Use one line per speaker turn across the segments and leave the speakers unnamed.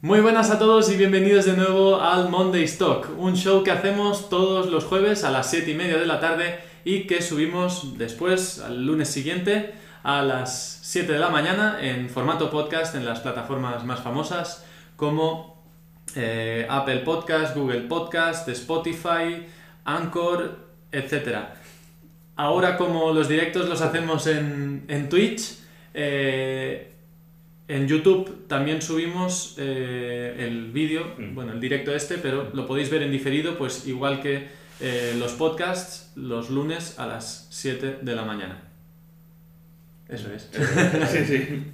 Muy buenas a todos y bienvenidos de nuevo al Monday Stock, un show que hacemos todos los jueves a las 7 y media de la tarde y que subimos después, al lunes siguiente, a las 7 de la mañana en formato podcast en las plataformas más famosas como eh, Apple Podcast, Google Podcast, Spotify, Anchor, etc. Ahora como los directos los hacemos en, en Twitch, eh, en YouTube también subimos eh, el vídeo, bueno, el directo este, pero lo podéis ver en diferido, pues igual que eh, los podcasts los lunes a las 7 de la mañana. Eso es.
Sí, sí.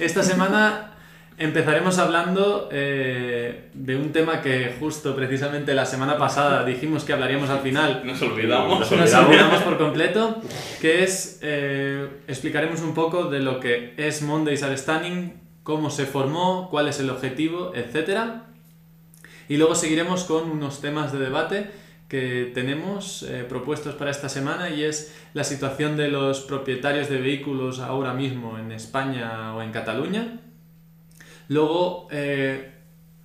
Esta semana empezaremos hablando eh, de un tema que justo precisamente la semana pasada dijimos que hablaríamos al final.
Nos olvidamos.
Nos olvidamos por completo, que es, eh, explicaremos un poco de lo que es Mondays are Standing, cómo se formó, cuál es el objetivo, etc. Y luego seguiremos con unos temas de debate que tenemos eh, propuestos para esta semana y es la situación de los propietarios de vehículos ahora mismo en España o en Cataluña. Luego, eh,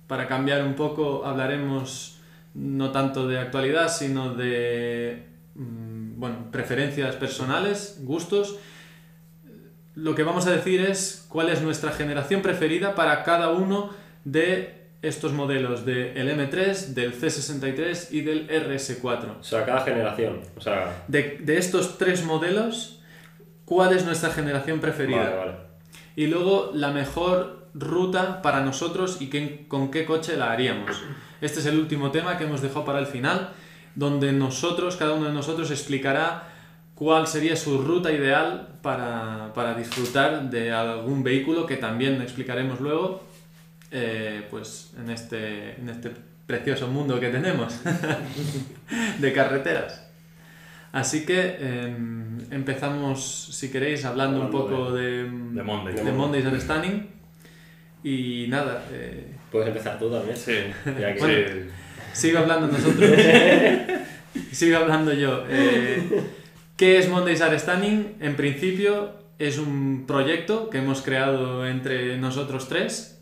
para cambiar un poco, hablaremos no tanto de actualidad, sino de mm, bueno, preferencias personales, gustos. Lo que vamos a decir es cuál es nuestra generación preferida para cada uno de estos modelos del M3, del C63 y del RS4.
O sea, cada generación. O sea,
De, de estos tres modelos, ¿cuál es nuestra generación preferida?
vale, vale.
Y luego la mejor ruta para nosotros y qué- con qué coche la haríamos. Este es el último tema que hemos dejado para el final, donde nosotros, cada uno de nosotros, explicará cuál sería su ruta ideal para, para disfrutar de algún vehículo que también explicaremos luego eh, pues en este, en este precioso mundo que tenemos de carreteras. Así que em, empezamos, si queréis, hablando, un
Hablando
poco de,
De Monday.
de Mondays and Stunning. Y nada, eh,
Puedes empezar tú también.
Sí.
Ya que-
Sí.
sigo hablando nosotros. sigo hablando yo. Eh, ¿Qué es Mondays Are Stunning? En principio es un proyecto que hemos creado entre nosotros tres.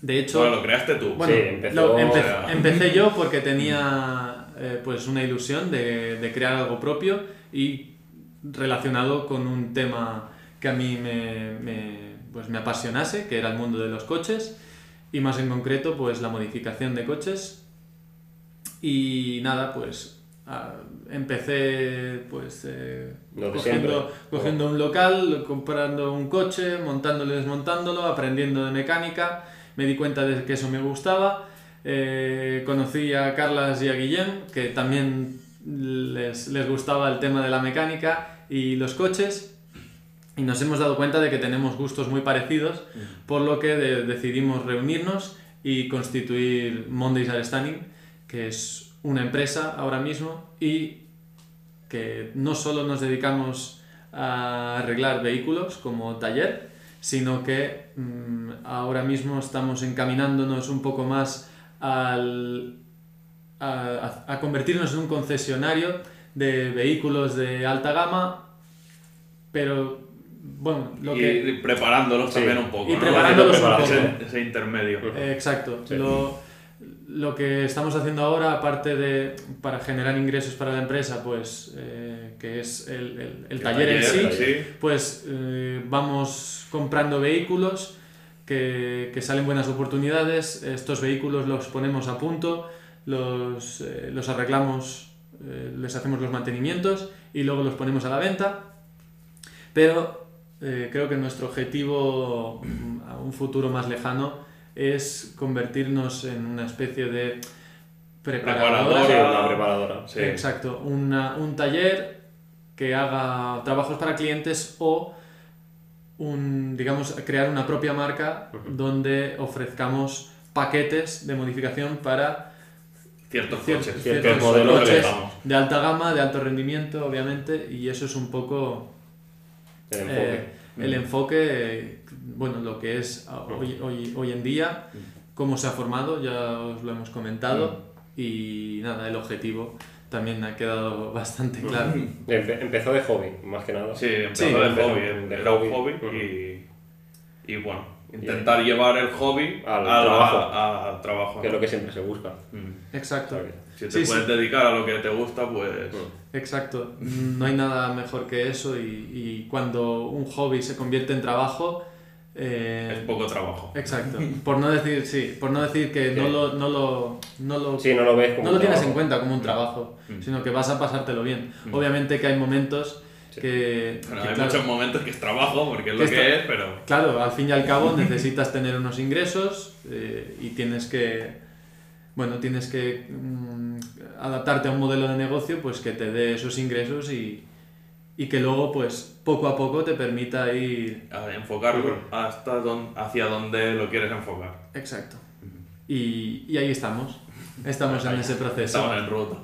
De hecho,
Bueno, lo creaste tú.
Bueno,
Sí, empezó-
lo- empe-
o sea.
empecé yo porque tenía eh, pues una ilusión de, de crear algo propio y relacionado con un tema que a mí me, me- pues me apasionase, que era el mundo de los coches y más en concreto pues la modificación de coches. Y nada, pues ah, empecé pues eh,
Lo de
cogiendo,
siempre.
cogiendo un local, comprando un coche, montándolo y desmontándolo, aprendiendo de mecánica. Me di cuenta de que eso me gustaba. Eh, conocí a Carlas y a Guillem, que también les, les gustaba el tema de la mecánica y los coches. Y nos hemos dado cuenta de que tenemos gustos muy parecidos, por lo que de- decidimos reunirnos y constituir Mondays Are Standing, que es una empresa ahora mismo y que no solo nos dedicamos a arreglar vehículos como taller, sino que mm, ahora mismo estamos encaminándonos un poco más al- a, a- a convertirnos en un concesionario de vehículos de alta gama, pero bueno, lo
y
que...
y preparándolos
Sí.
también un poco.
Y
¿no?
preparándolos
un poco.
Ese, ese intermedio.
Eh, Exacto.
Sí.
Lo, lo que estamos haciendo ahora, aparte de para generar ingresos para la empresa, pues eh, que es el, el- el taller en sí,
taller.
pues eh, vamos comprando vehículos que, que salen buenas oportunidades. Estos vehículos los ponemos a punto, los, eh, los arreglamos, eh, les hacemos los mantenimientos y luego los ponemos a la venta. Pero eh, creo que nuestro objetivo mm, a un futuro más lejano es convertirnos en una especie de preparadora.
Preparadora.
Sí, una preparadora.
Sí.
Exacto, una- un taller que haga trabajos para clientes o un, digamos, crear una propia marca donde ofrezcamos paquetes de modificación para
Ciertos
cier-
coches.
ciertos
ciertos
modelos que
coches
elegamos.
de alta gama, de alto rendimiento, obviamente, y eso es un poco
El enfoque. Mm.
eh, el enfoque, eh, bueno, lo que es a- hoy, hoy- hoy en día,
Mm.
cómo se ha formado, ya os lo hemos comentado, y nada, el objetivo también ha quedado bastante claro.
Empe- empezó de hobby, más que nada.
Sí, empezó
Sí,
de
empezó
hobby.
de
Era un
hobby.
hobby y, y bueno, Intentar llevar el hobby
Al
a la-
trabajo.
a- al trabajo.
que es
¿no?
lo que siempre se busca.
Mm.
Exacto.
Está bien.
Si te
Sí, sí.
puedes dedicar a lo que te gusta, pues.
Mm.
Exacto, no hay nada mejor que eso y, y cuando un hobby se convierte en trabajo... eh,
Es poco trabajo.
exacto, por no decir, sí, por no decir que no
Sí.
lo, no lo, no lo,
Sí, no lo ves como
no
un
lo tienes en
trabajo.
cuenta como un trabajo,
Mm.
sino que vas a pasártelo bien. Obviamente que hay momentos que...
Bueno,
que Eh,
hay
claro,
muchos momentos que es trabajo, porque es lo
Que
que
esto-
es, pero.
Claro, al fin y al cabo necesitas tener unos ingresos eh, y tienes que, bueno, tienes que mm, adaptarte a un modelo de negocio pues que te dé esos ingresos y, y que luego pues poco a poco te permita ir...
a enfocarlo hasta don- hacia donde lo quieres enfocar.
Exacto. Y, y ahí estamos. Estamos en ese proceso.
Estamos en ruta.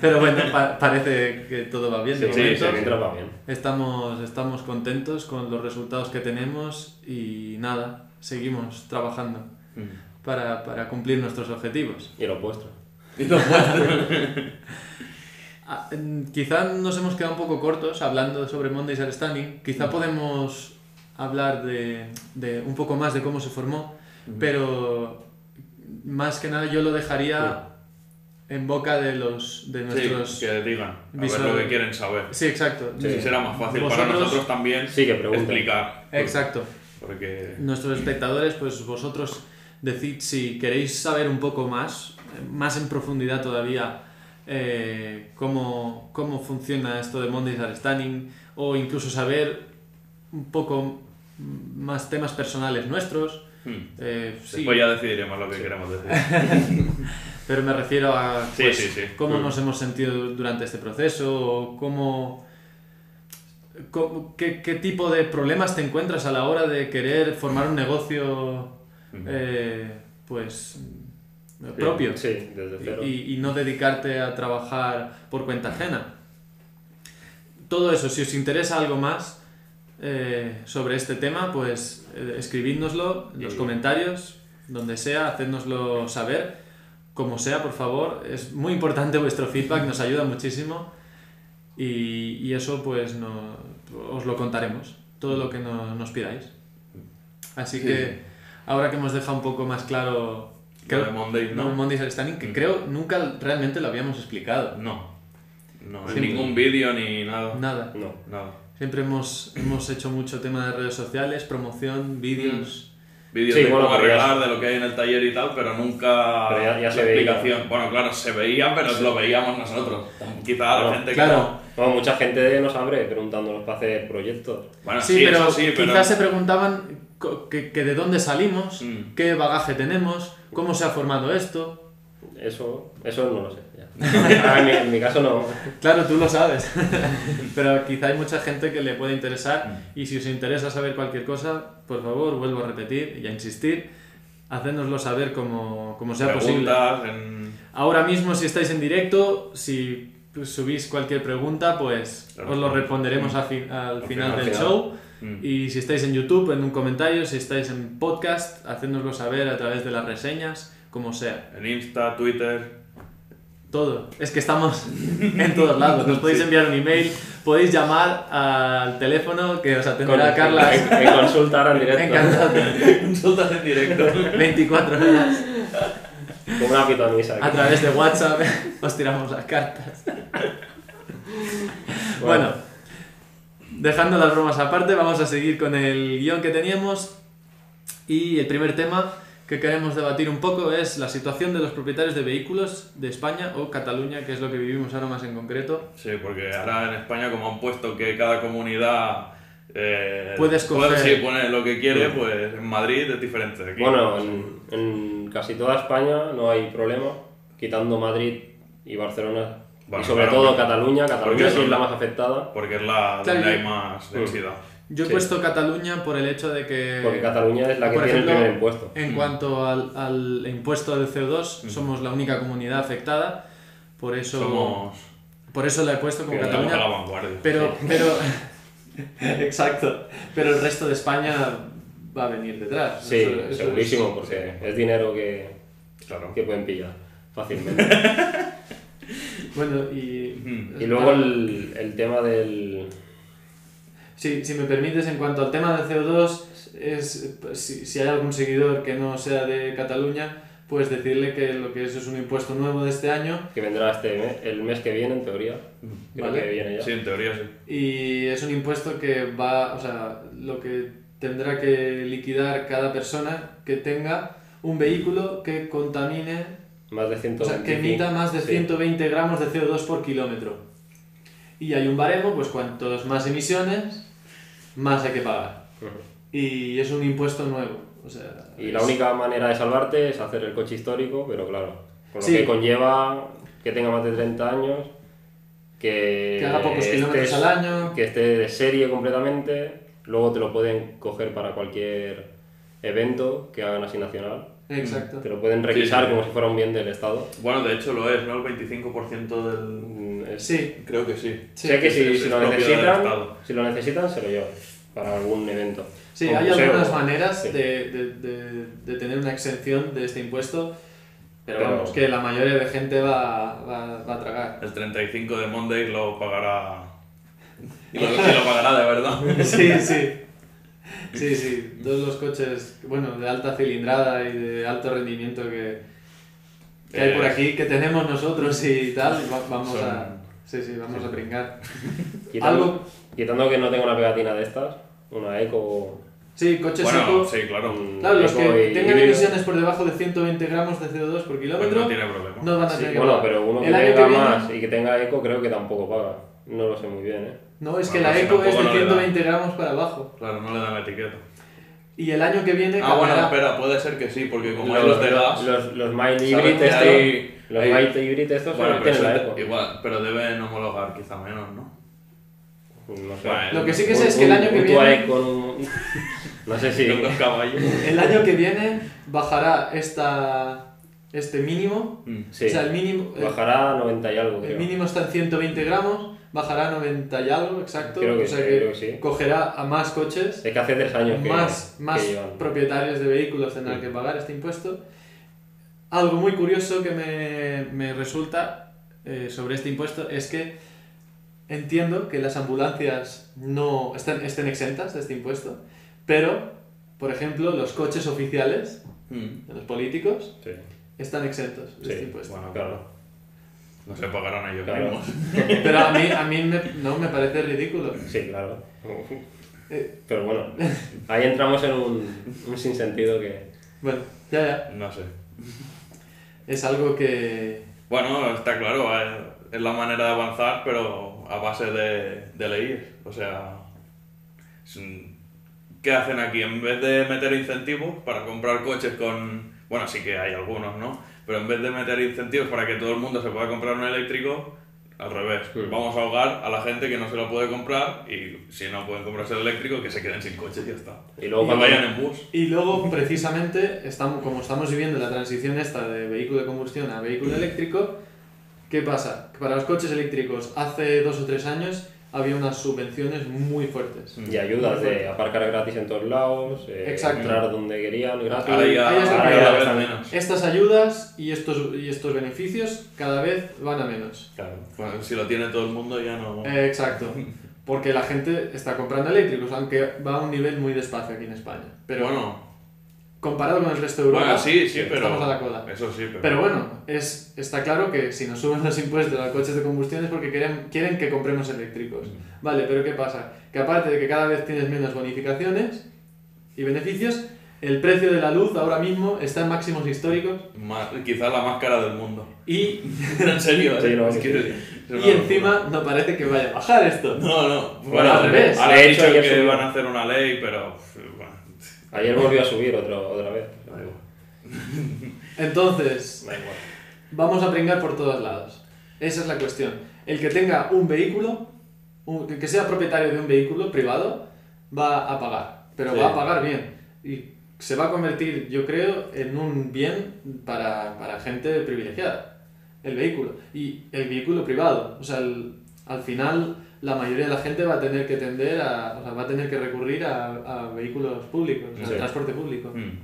Pero bueno, pa- parece que todo va bien. de
Sí,
momento.
sí, sí, mientras va bien.
Estamos, estamos contentos con los resultados que tenemos y nada, seguimos trabajando.
Mm.
para, para cumplir nuestros objetivos.
Y lo vuestro.
Ah, mm, quizá nos hemos quedado un poco cortos hablando sobre Mondays Are Standing.
Mm.
Quizá podemos hablar de, de un poco más de cómo se formó, pero más que nada yo lo dejaría en boca de los de nuestros.
Sí, que digan, a ver
visual-
lo que quieren saber.
Sí, exacto.
Si será más fácil para
Vosotros-
nosotros también
Sí, que pregunten.
explicar.
Exacto.
Porque
Nuestros espectadores, pues vosotros decid si queréis saber un poco más, eh, más en profundidad todavía, eh, cómo, cómo funciona esto de Mondays Are Standing, o incluso saber un poco mm, más temas personales nuestros.
mm,
eh, sí,
después ya decidiremos lo que queremos decir.
pero me refiero a
Sí,
pues,
sí, sí.
cómo
Mm.
nos hemos sentido durante este proceso, o cómo, cómo- qué, qué tipo de problemas te encuentras a la hora de querer formar un negocio
Mm.
eh, pues propio
Mm. Sí, desde cero.
y, y no dedicarte a trabajar por cuenta ajena. Todo eso, si os interesa algo más eh, sobre este tema, pues eh, escribidnoslo en los
Sí.
comentarios, donde sea, hacednoslo saber, como sea, por favor. Es muy importante vuestro feedback, nos ayuda muchísimo y, y eso pues no, os lo contaremos, todo lo que no- nos pidáis. Así que ahora que hemos dejado un poco más claro...
Lo de Monday,
No,
no.
Mondays Are Standing, que
Mm.
creo nunca realmente lo habíamos explicado.
No. No, en
Siempre.
ningún vídeo ni nada.
Nada.
No.
Nada.
Siempre hemos, hemos hecho mucho tema de redes sociales, promoción, vídeos.
Mm. Vídeos
Sí,
de
bueno,
cómo
pero ya-
arreglar, de lo que hay en el taller y tal, pero nunca
Pero ya- ya
la
se veía.
explicación. Bueno, claro, se veía, pero lo veíamos nosotros. Quizá la
Claro,
gente que
Claro.
Bueno, mucha gente nos abre preguntándonos para hacer proyectos.
Bueno,
Sí,
sí,
pero
eso sí, pero
quizás se preguntaban co- que, que de dónde salimos,
Mm.
qué bagaje tenemos, cómo se ha formado esto.
Eso, eso no lo sé. ya. Ah, en, mi, en mi caso no.
Claro, tú lo sabes. pero quizá hay mucha gente que le puede interesar
Mm.
y si os interesa saber cualquier cosa, por favor, vuelvo a repetir y a insistir, hacednoslo saber como, como sea posible.
preguntas en...
Ahora mismo, si estáis en directo, si pues, subís cualquier pregunta, pues
Claro.
os lo responderemos a fi- al
Al
final
final,
del
al final.
show.
Mm.
Y si estáis en YouTube, en un comentario, si estáis en podcast, hacednoslo saber a través de las reseñas, como sea.
en Insta, Twitter.
Todo. Es que estamos en todos lados. Nos podéis enviar un email, podéis llamar al teléfono que os atenderá Carla
En, en consulta ahora en directo.
encantada
Consultas en directo.
24 horas
Como una pitonisa.
a
aquí.
través de WhatsApp. Os tiramos las cartas. Bueno, dejando las bromas aparte, vamos a seguir con el guión que teníamos. Y el primer tema que queremos debatir un poco es la situación de los propietarios de vehículos de España o Cataluña, que es lo que vivimos ahora más en concreto.
Sí, porque ahora en España, como han puesto que cada comunidad... Eh,
Puede escoger. Mm.
puede- sí, pone lo que quiere, pues en Madrid es diferente. de aquí.
Bueno, en, en casi toda España no hay problema, quitando Madrid y Barcelona.
Bueno,
y sobre
claro.
todo Cataluña. Cataluña
Porque
sí es
son-
la más afectada.
Porque es la
Claro,
donde
yo-
hay más
Mm.
densidad.
Yo he
Sí.
puesto Cataluña por el hecho de que...
Porque Cataluña es la que
Eh, por
tiene el
ejemplo,
primer impuesto.
En
Mm.
cuanto al, al impuesto del CO2, somos la única comunidad afectada. Por eso,
Somos...
por eso la he puesto como
Que
Estamos a
Cataluña.
la vanguardia.
Pero, pero. Exacto. Pero el resto de España va a venir detrás.
Sí,
Eso- eso es-
segurísimo, porque es dinero que,
Claro.
que pueden pillar fácilmente.
Bueno, y.
Mm.
Hmm. y luego el, el tema del...
Sí, si me permites, en cuanto al tema del CO2, es, si, si hay algún seguidor que no sea de Cataluña, pues decirle que lo que es es un impuesto nuevo de este año
Que vendrá este mes, el mes que viene, en teoría. Creo
Vale.
que viene ya.
Sí, en teoría sí.
Y es un impuesto que va, o sea, lo que tendrá que liquidar cada persona que tenga un vehículo que contamine,
Más de
o
125.
sea, que emita más de
Sí.
120 gramos de CO2 por kilómetro. Y hay un baremo, pues cuantos más emisiones, más hay que pagar.
Ujú.
Y es un impuesto nuevo. O sea,
Y la
es-
única manera de salvarte es hacer el coche histórico, pero claro, con lo
Sí.
que conlleva que tenga más de 30 años, que,
Que haga pocos
estés-
kilómetros al año.
que esté de serie completamente, luego te lo pueden coger para cualquier evento que hagan así nacional,
Exacto.
te lo pueden requisar
sí.
como si fuera un bien del Estado.
Bueno, de hecho lo es, ¿no? El 25% del...
Mm, es-
Sí,
Creo que sí.
sí.
sé que
es-
si,
es
si lo
propiedad del
necesitan,
Estado.
si lo necesitan se lo llevan para algún evento.
Sí,
Un
hay
museo.
algunas maneras
Sí.
de, de- de- de tener una exención de este impuesto, pero,
Pero-
vamos, que la mayoría de gente va, va- va a tragar.
El 35 de Monday lo pagará... Y lo, y lo pagará de verdad.
Sí, sí. Sí, sí. Todos los coches, bueno, de alta cilindrada y de alto rendimiento que, que hay por
Eh.
aquí, que tenemos nosotros y tal, va- vamos
Son-
a... Sí, sí, vamos a brincar.
Quitando,
Algo-
quitando que no tenga una pegatina de estas, una eco...
Sí, coches
Bueno,
eco.
sí, claro.
un
Claro, los
eco
que
y
tengan
híbrido.
emisiones por debajo de 120 gramos de CO2 por
Pues
kilómetro,
no tiene problema.
no van a
Sí,
tener que
bueno,
pagar.
pero uno que
El año
tenga
viene-
más y que tenga eco creo que tampoco paga. No lo sé muy bien, ¿eh?
No, es que
Bueno,
la
si
eco es
tampoco
de
no le da.
120 gramos para abajo.
Claro, no le dan la etiqueta.
Y el año que viene
Ah, bueno,
cambiará.
espera, puede ser que sí, porque como hay los de gas...
Los, los mild
¿Sabes
hybrid
que
estos,
hay-
los
hay-
mild hybrid estos
Bueno,
solo
pero,
tienen la
eso
eco.
te- igual, pero deben homologar quizá menos, ¿no?
No sé.
Bueno,
Lo que sí que sé
Un-
es que el
un-
año que
un
viene,
Touareg con un- No sé si...
Con dos caballos.
el año que viene bajará esta este mínimo.
Mm.
sí.
O sea, el mínimo el-
Bajará a 90 y algo,
el,
creo.
mínimo está en 120 gramos, bajará a 90 y algo, exacto.
Creo que
o sea
sí,
que,
creo que sí.
cogerá a más coches,
Es que hace tres años que,
más,
que
más
llevan.
propietarios de vehículos tendrán
Sí.
que pagar este impuesto. Algo muy curioso que me, me resulta eh, sobre este impuesto es que entiendo que las ambulancias no estén, estén exentas de este impuesto, pero, por ejemplo, los coches oficiales
Mm.
de los políticos
Sí,
están exentos de
Sí,
este impuesto.
Bueno,
claro.
No se pagaron ellos
Claro.
mismos.
Pero a mí, a mí me, no me parece ridículo.
Sí, claro.
Eh.
Pero bueno, ahí entramos en un, un sinsentido que...
Bueno, ya, ya.
No sé.
Es algo que...
Bueno, está claro, eh, es la manera de avanzar, pero a base de, de leyes. O sea, es un- ¿qué hacen aquí? En vez de meter incentivos para comprar coches con... Bueno, sí que hay algunos, ¿no? Pero en vez de meter incentivos para que todo el mundo se pueda comprar un eléctrico, al revés.
Sí.
Vamos a ahogar a la gente que no se lo puede comprar y si no pueden comprarse el eléctrico, que se queden sin coche y ya está.
Y
O
luego
que
cuando-
vayan en bus.
Y luego, precisamente, estamos, como estamos viviendo la transición esta de vehículo de combustión a vehículo eléctrico, ¿qué pasa? Que para los coches eléctricos hace dos o tres años había unas subvenciones muy fuertes.
Y ayudas de aparcar gratis en todos lados, eh,
Exacto.
entrar donde querían gratis.
Ahora ya,
ahí es lo
ahora
que
ya
ya
ves
están-
menos.
Estas ayudas y estos, y estos beneficios cada vez van a menos.
Claro, bueno, si lo tiene todo el mundo ya no...
Eh, exacto. Porque la gente está comprando eléctricos, aunque va a un nivel muy despacio aquí en España. Pero
bueno,
comparado con el resto de Europa,
bueno, sí, sí, pero...
estamos a la cola.
Eso sí, pero...
Pero bueno, es, está claro que si nos suben los impuestos a los coches de combustión es porque quieren, quieren que compremos eléctricos.
Mm.
Vale, pero ¿qué pasa? Que aparte de que cada vez tienes menos bonificaciones y beneficios, el precio de la luz ahora mismo está en máximos históricos
Ma- quizás la más cara del mundo.
y,
en serio,
Sí,
¿eh?
no,
Es
sí,
que-
sí.
es una
y
locura.
encima no parece que vaya a bajar esto.
No, no. Bueno,
al
revés.
Ahora
De
han
hecho,
dicho
ayer
que
subió.
van a hacer una ley, pero... pff, Bueno,
Ayer volvió a subir otro, otra vez.
da igual.
Entonces,
Da igual.
vamos a pringar por todos lados. Esa es la cuestión. El que tenga un vehículo, un- el que sea propietario de un vehículo privado, va a pagar, pero
Sí.
va a pagar bien. Y se va a convertir, yo creo, en un bien para, para gente privilegiada, el vehículo. Y el vehículo privado, o sea, el- al final la mayoría de la gente va a tener que tender a, o sea, va a tener que recurrir a, a vehículos públicos, al
Sí.
transporte público.
Mm.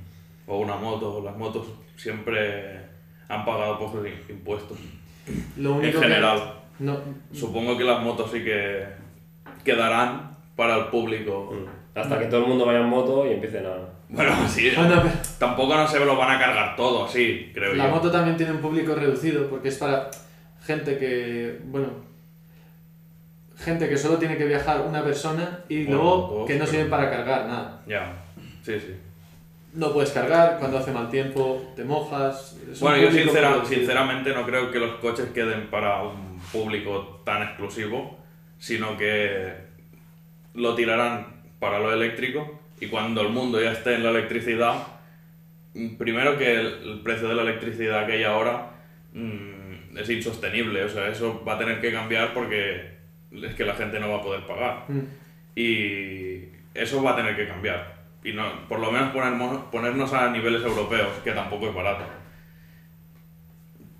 O una moto, las motos siempre han pagado pocos i- impuestos.
Lo
Mm. En
único que-
general.
no,
Supongo que las motos sí que quedarán para el público.
Mm. Hasta que todo el mundo vaya en moto y empiecen a...
Bueno, sí.
Bueno, pero-
Tampoco no se lo van a cargar todo así, creo
La
yo.
moto también tiene un público reducido porque es para gente que, bueno, gente que solo tiene que viajar una persona y
Bueno,
luego
dos,
que no
pero-
sirven para cargar nada.
Ya. Sí, sí.
No puedes cargar, cuando hace mal tiempo te mojas. es un
Bueno, yo
público
sincera-
reducido.
sinceramente no creo que los coches queden para un público tan exclusivo, sino que lo tirarán para lo eléctrico y cuando el mundo ya esté en la electricidad, mm, primero que el, el precio de la electricidad que hay ahora mm, es insostenible, o sea, eso va a tener que cambiar porque es que la gente no va a poder pagar.
Mm.
Y eso va a tener que cambiar. Y no, por lo menos ponernos, ponernos a niveles europeos, que tampoco es barato.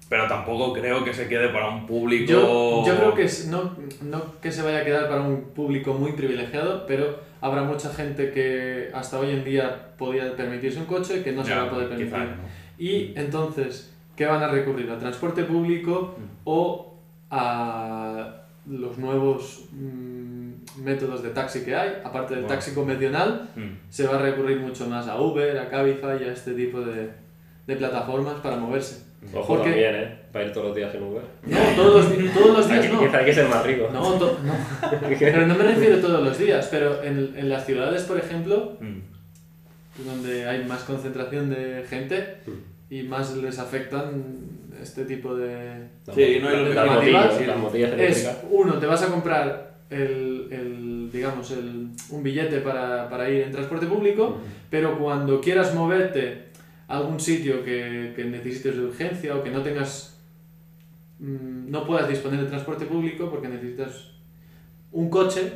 Pero tampoco creo que se quede para un público.
Yo, yo creo que es- no, no que se vaya a quedar para un público muy privilegiado, pero habrá mucha gente que hasta hoy en día podía permitirse un coche que no se va
Ya,
a poder permitir.
quizá no.
Y entonces, ¿qué van a recurrir? ¿A transporte público o a los nuevos mm, métodos de taxi que hay? Aparte del
Bueno.
taxi convencional,
Mm.
se va a recurrir mucho más a Uber, a Cabify y a este tipo de, de plataformas para moverse.
Ojo
Porque-
también, ¿eh? Para ir todos los días en Uber.
No, todos los, di- todos los
Hay
días
que,
no.
quizá hay que ser más rico.
No, to- no. Pero no me refiero a todos los días, pero en, en las ciudades, por ejemplo,
Mm.
donde hay más concentración de gente y más les afectan este tipo de...
Sí, no, y lo que
las,
te
motillas,
motiva,
las motillas
Es,
eléctricas.
uno, te vas a comprar el, el, digamos, el, un billete para, para ir en transporte público,
Mm.
pero cuando quieras moverte a algún sitio que, que necesites de urgencia o que no tengas, mm, no puedas disponer de transporte público porque necesitas un coche,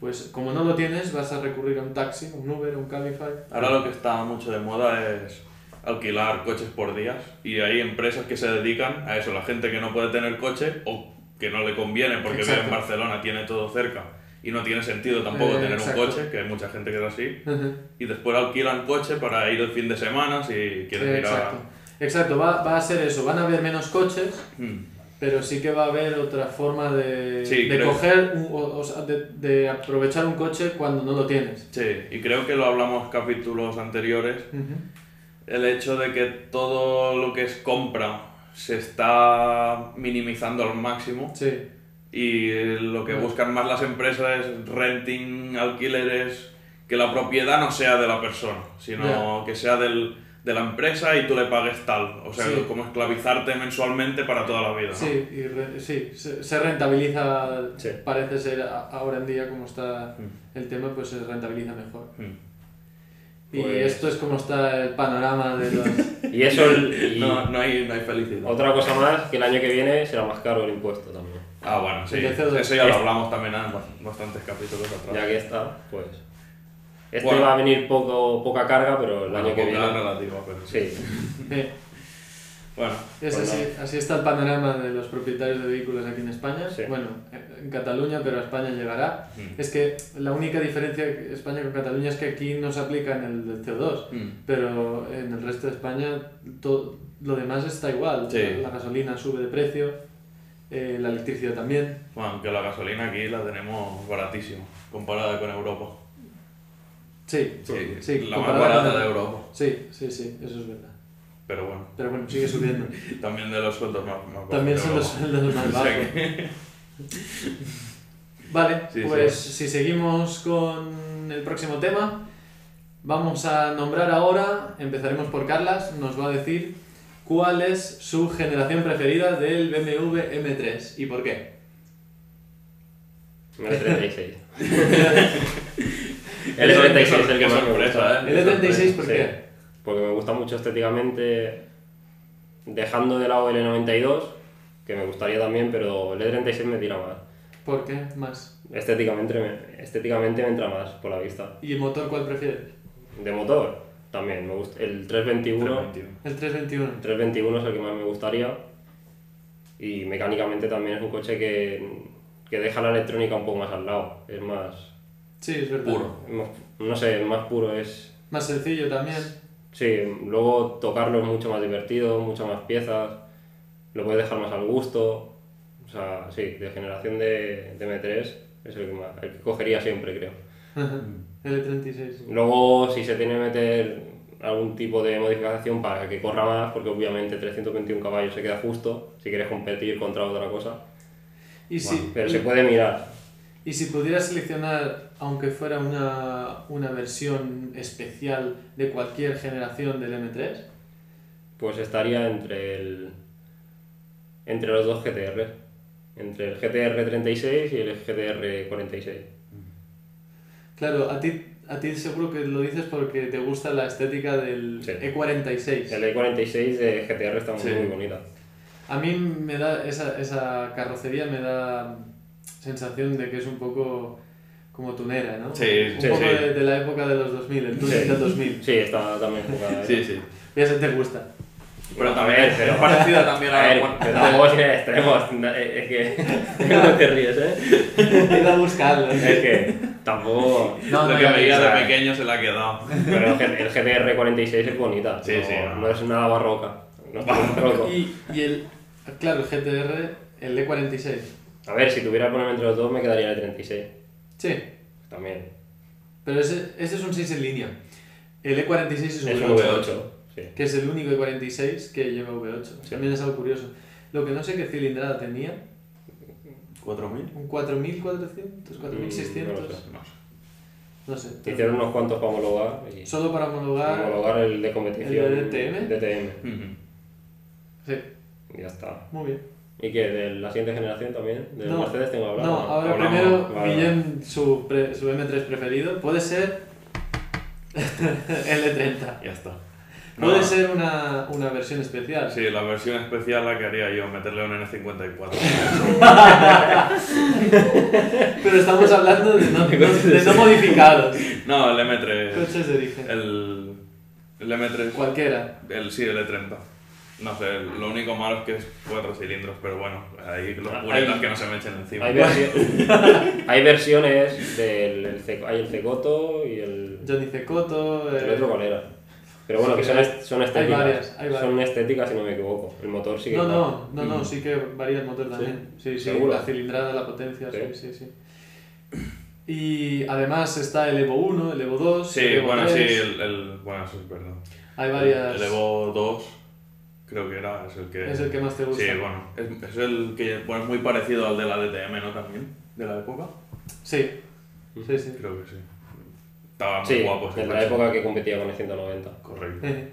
pues como no lo tienes vas a recurrir a un taxi, un Uber, un Cabify.
Ahora lo que está mucho de moda es alquilar coches por días y hay empresas que se dedican a eso, la gente que no puede tener coche o que no le conviene porque vive en
Exacto.
Barcelona, tiene todo cerca y no tiene sentido tampoco
Eh,
tener
exacto.
un coche, que hay mucha gente que es así, y después alquilan coche para ir el fin de semana si quieres ir a...
Exacto, exacto va, va a ser eso, van a haber menos coches.
Mm.
Pero sí que va a haber otra forma de,
Sí,
de
creo.
coger, un- o, o sea, de, de aprovechar un coche cuando no lo tienes.
Sí, y creo que lo hablamos en capítulos anteriores, el hecho de que todo lo que es compra se está minimizando al máximo
Sí,
Y eh, lo que
Bueno.
buscan más las empresas es renting, alquileres, que la propiedad no sea de la persona, sino
Ya.
que sea del, de la empresa y tú le pagues tal. O sea,
Sí.
como esclavizarte mensualmente para toda la vida. ¿no?
sí, y re- sí, se, se rentabiliza,
Sí. Mm.
parece ser a- ahora en día como está el tema, pues se rentabiliza mejor.
Mm.
Y
Pues-
esto es como está el panorama de los...
Y eso... el- y
No, no, hay, no hay felicidad.
Otra cosa más, que el año que viene será más caro el impuesto también.
Ah, bueno, sí.
Y el CO2.
Eso ya lo hablamos también en bast- bastantes capítulos atrás.
Ya que está, pues... Este
Ah. Bueno.
va a venir poco, poca carga, pero el año que
Bueno,
viene...
relativo, pero sí.
Sí,
Eh,
Bueno,
es
Pues
así, así está el panorama de los propietarios de vehículos aquí en España.
Sí.
Bueno, en en Cataluña, pero a España llegará.
Mm.
Es que la única diferencia de España con Cataluña es que aquí no se aplica en el del CO2.
Mm.
Pero en el resto de España to- lo demás está igual.
Sí.
La, la gasolina sube de precio, eh, la electricidad también.
bueno, aunque la gasolina aquí la tenemos baratísima comparada con Europa.
Sí,
Sí,
Sí,
la más
comparada
barata
con-
de Europa.
sí, sí, sí, eso es verdad.
Pero bueno.
Pero bueno, sigue subiendo.
También de los sueldos más, más bajos
también
de
son los
Europa.
sueldos más
O
bajos.
sea que-
Vale,
Sí,
pues si seguimos con el próximo tema, vamos a nombrar ahora, empezaremos por Carlas, nos va a decir cuál es su generación preferida del BMW M3 y por qué.
el 36. el
Qué sor-
36 es
qué
el que más me
sorpresa,
gusta.
¿eh?
El E36, ¿por
Sí,
qué?
Porque me gusta mucho estéticamente, dejando de lado el E92, que me gustaría también, pero el E36 me tira más.
¿Por qué más?
Estéticamente me, estéticamente me entra más por la vista.
¿Y el motor cuál prefieres?
De motor, también me gusta. El 321,
321.
El 321.
321 es el que más me gustaría. Y mecánicamente también es un coche que, que deja la electrónica un poco más al lado. Es más,
Sí, es verdad.
Puro.
más- no sé, más puro es...
Más sencillo también.
Sí, luego tocarlo es mucho más divertido, muchas más piezas, lo puedes dejar más al gusto. O sea, sí, de generación de, de M3 es el que, más- el que cogería siempre, creo.
L36.
Luego, si se tiene que meter algún tipo de modificación para que corra más, porque obviamente 321 caballos se queda justo si quieres competir contra otra cosa.
Y si,
Pero se puede mirar.
y si pudieras seleccionar, aunque fuera una, una versión especial de cualquier generación del M3,
Pues estaría entre el. entre los dos GTR. Entre el GTR 36 y el GTR 46.
claro, a ti, a ti seguro que lo dices porque te gusta la estética del E
Sí.
E46.
El E- E46 de GTR está muy,
Sí.
muy bonita.
A mí me da esa, esa carrocería me da sensación de que es un poco como tunera, ¿no?
Sí,
un
sí,
poco
sí.
De, de la época de los 2000, el túnel
Sí.
del 2000.
Sí, está también jugada. ¿eh?
Sí, sí.
Ya se te gusta.
Pero
A
también
ver, pero-
es parecida también
A
a
ver,
la
pero tampoco es que extremos, na- eh, es que no te ríes, ¿eh?
He ido a buscarlo.
Es que tampoco...
No,
lo
no,
que
ya
veía
ves.
de
sabes.
pequeño se la ha quedado.
Pero el G- el GTR 46 es bonita,
Sí,
no,
sí, no.
no es nada barroca. No es tan barroco.
Y, y el, claro, el GTR, el E E46.
A ver, si tuviera que ponerme entre los dos me quedaría el 36,
Sí,
también.
pero ese, ese es un 6 en línea. El E E46 es un
Es un
V8,
V8, sí.
que es el único E E46 que lleva V8. También es algo curioso. Lo que no sé qué cilindrada tenía,
¿4.000?
un 4400, 4600,
Mm, no lo sé.
No sé.
no sé.
Hicieron unos cuantos para homologar y
Solo para homologar.
homologar el de competición.
el de DTM.
DTM,
Ujú.
Sí,
y ya está.
muy bien.
¿Y que ¿De la siguiente generación también? ¿De
No,
Mercedes tengo que hablar?
No, ahora
hablamos,
primero,
vale.
Guillem, su, pre- su M3 preferido, puede ser E L30.
Ya está.
Puede
No.
ser una, una versión especial.
Sí, la versión especial la que haría yo, meterle un N54.
Pero estamos hablando de no, de no modificados.
No, el M3.
Coches de origen.
El, el M3.
Cualquiera.
El, sí, el E30. No sé, lo único malo es que es cuatro cilindros, pero bueno, ahí los
Ah,
puretas
ahí-
que no se me echen encima.
Hay, versi- hay versiones del el Ce- hay el Cecoto y el...
Johnny eh, Cecotto.
el otro cuál era. Pero bueno,
sí
que
que
son,
hay-
est- son
hay
estéticas.
varias, hay
Son estéticas si no me equivoco. El motor sí que
No,
está.
no, no, no, sí que varía el motor también. Sí, sí,
Seguro.
la cilindrada, la potencia, sí, sí,
Sí.
sí. Y además está el Evo 1, el Evo 2, el
Sí,
Evo
bueno,
3.
sí, el, el- Bueno, eso es verdad.
Hay varias.
El Evo 2, creo que era, es el que.
Es el que más te gusta.
Sí, bueno, es, es el que. Bueno, es muy parecido al de la DTM, ¿no? También, de la época.
Sí, sí, sí.
Creo que sí. Estaba muy
Sí,
guapo ese
en la
coche.
época que competía con el 190.
Correcto.
Eh.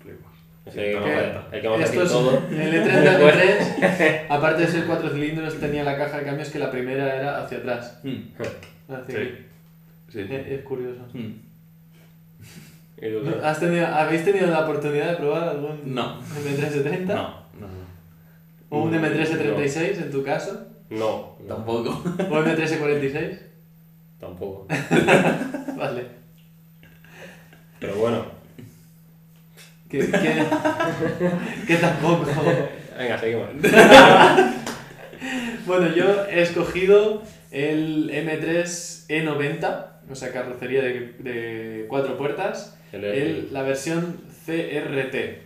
Flipas.
Es el, que
no,
¿Qué?
vamos a- el que vamos a decir
Esto es-
todo.
El E E33, aparte de ser cuatro cilindros, tenía la caja de cambios que la primera era hacia atrás.
Mm,
Así
Sí.
que
Sí.
Ah, es, es curioso.
Mm.
Y tú, ¿qué?
¿Has tenido, ¿Habéis tenido la oportunidad de probar algún
No.
M3E30?
No, no, no.
¿O un M3E36 en tu caso?
No, no,
Tampoco.
¿O M3E46?
tampoco.
Vale.
Pero bueno,
Que, que, que tampoco.
venga, seguimos.
Bueno, yo he escogido el M3E90, o sea, carrocería de, de cuatro puertas,
El-
el- la versión CRT.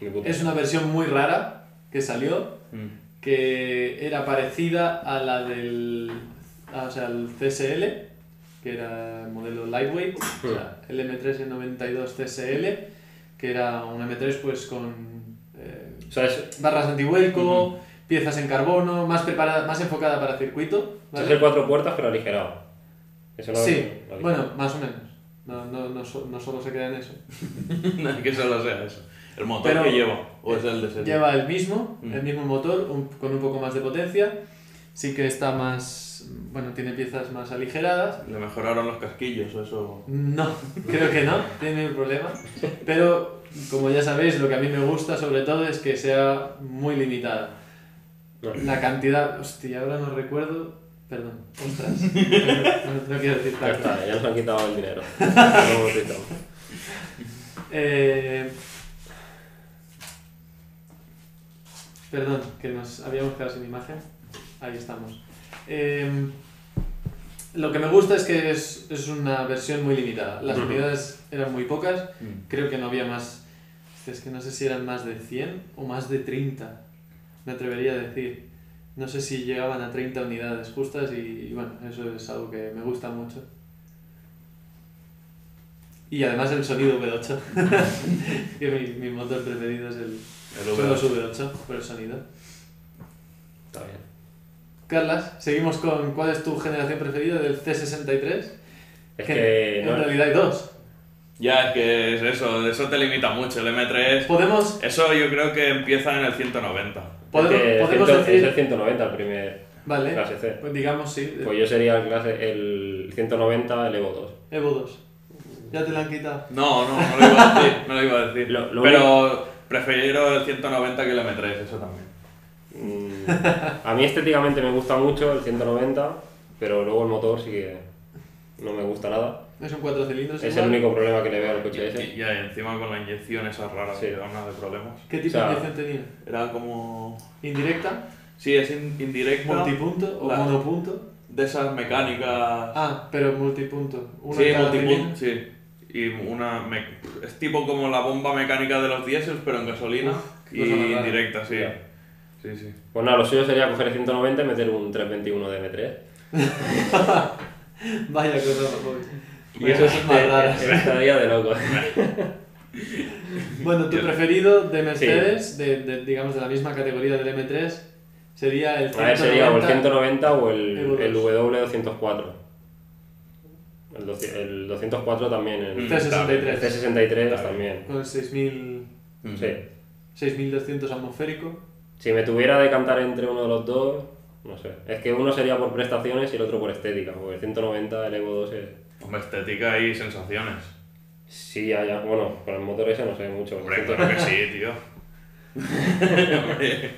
mi puta.
Es una versión muy rara que salió,
Mm.
que era parecida a la del a- o sea, el CSL, que era el modelo lightweight, o sea, el M3E92 CSL, que era un M3 pues con eh,
O sea, es, o
barras antivuelco, piezas en carbono, más preparada, más enfocada para circuito.
sea,
¿vale?
es el cuatro puertas, pero aligerado. Eso no
Sí,
lo- lo-
bueno, más o menos. No, no, no, so- no solo se queda en eso.
que solo sea eso. El motor
Pero-
que lleva, o es el de serie.
Lleva el mismo,
Mm.
el mismo motor, un- con un poco más de potencia. Sí que está más. Bueno, tiene piezas más aligeradas.
Le mejoraron los casquillos, o eso.
No, creo que no, tiene un problema. Pero, como ya sabéis, lo que a mí me gusta sobre todo es que sea muy limitada.
No.
La cantidad. Hostia, ahora no recuerdo. Perdón, ostras. No, no quiero decir
Ya
tal.
está, ya nos han quitado el dinero. Ya lo hemos quitado.
Eh... Perdón, que nos habíamos quedado sin imagen. Ahí estamos. Eh, Lo que me gusta es que es, es una versión muy limitada. Las
Ujú.
unidades eran muy pocas,
Mm.
creo que no había más. Es que no sé si eran más de 100 o más de 30, me atrevería a decir. No sé si llegaban a 30 unidades justas y, y, bueno, eso es algo que me gusta mucho. Y además el sonido V8, que mi, mi motor preferido es el,
El
son los
V8.
V8 por el sonido.
Está bien.
Carlas, seguimos con cuál es tu generación preferida del C63.
Es
Que
que
en
no-
realidad hay dos.
Ya, es que es eso, eso te limita mucho. El M3,
Podemos,
eso yo creo que empieza en el 190.
podemos,
es que el
podemos
100 es el
decir...
190 el primer
Vale,
clase C.
pues digamos sí,
Pues yo sería el, clase, el 190, el Evo 2.
Evo 2. Ya te lo han quitado.
No, no, no lo iba a decir. No lo iba a decir.
Lo- lo
Pero prefiero el 190 que el M3, eso también.
Mm, a mí estéticamente me gusta mucho el 190, pero luego el motor sí que no me gusta nada.
Es un 4 cilindros.
Es el
Pues igual.
único problema que le veo al
Y,
coche ese.
y- ya, y encima con la inyección esa rara
Sí.
que da una de problemas.
¿Qué tipo
O sea,
de inyección tenía?
Era como...
¿Indirecta?
Sí, es in- indirecta.
¿Multipunto o
la-
monopunto?
De esas mecánicas...
Ah, pero multipunto. Uno
sí,
en cada
multipunto,
cilindro.
sí. Y una... me- Es tipo como la bomba mecánica de los diésels, pero en gasolina.
qué
y
cosa más rara.
indirecta, sí.
Ya.
Sí, sí.
Pues nada, lo suyo sería coger el 190 y meter un 321 de M3.
Vaya cosa, más joven.
Y
Vaya
eso
cosas más raras.
Estaría de loco.
Bueno, tu preferido de Mercedes, de, de- digamos de la misma categoría del M3, sería el 190.
A ver, sería o el 190 o el,
Evo 2.
el W204. El, doci- el 204 también. El,
Mm.
el
C63,
C63
Está
también.
con el 6000
Mm.
Sí.
6200 atmosférico.
Si me tuviera de cantar entre uno de los dos, no sé. Es que uno sería por prestaciones y el otro por estética. Porque el 190, el Evo 2 es...
Mm. Hombre, estética y sensaciones.
Sí, haya... bueno, con el motor ese no sé mucho.
Hombre, claro que sí, tío. Hombre.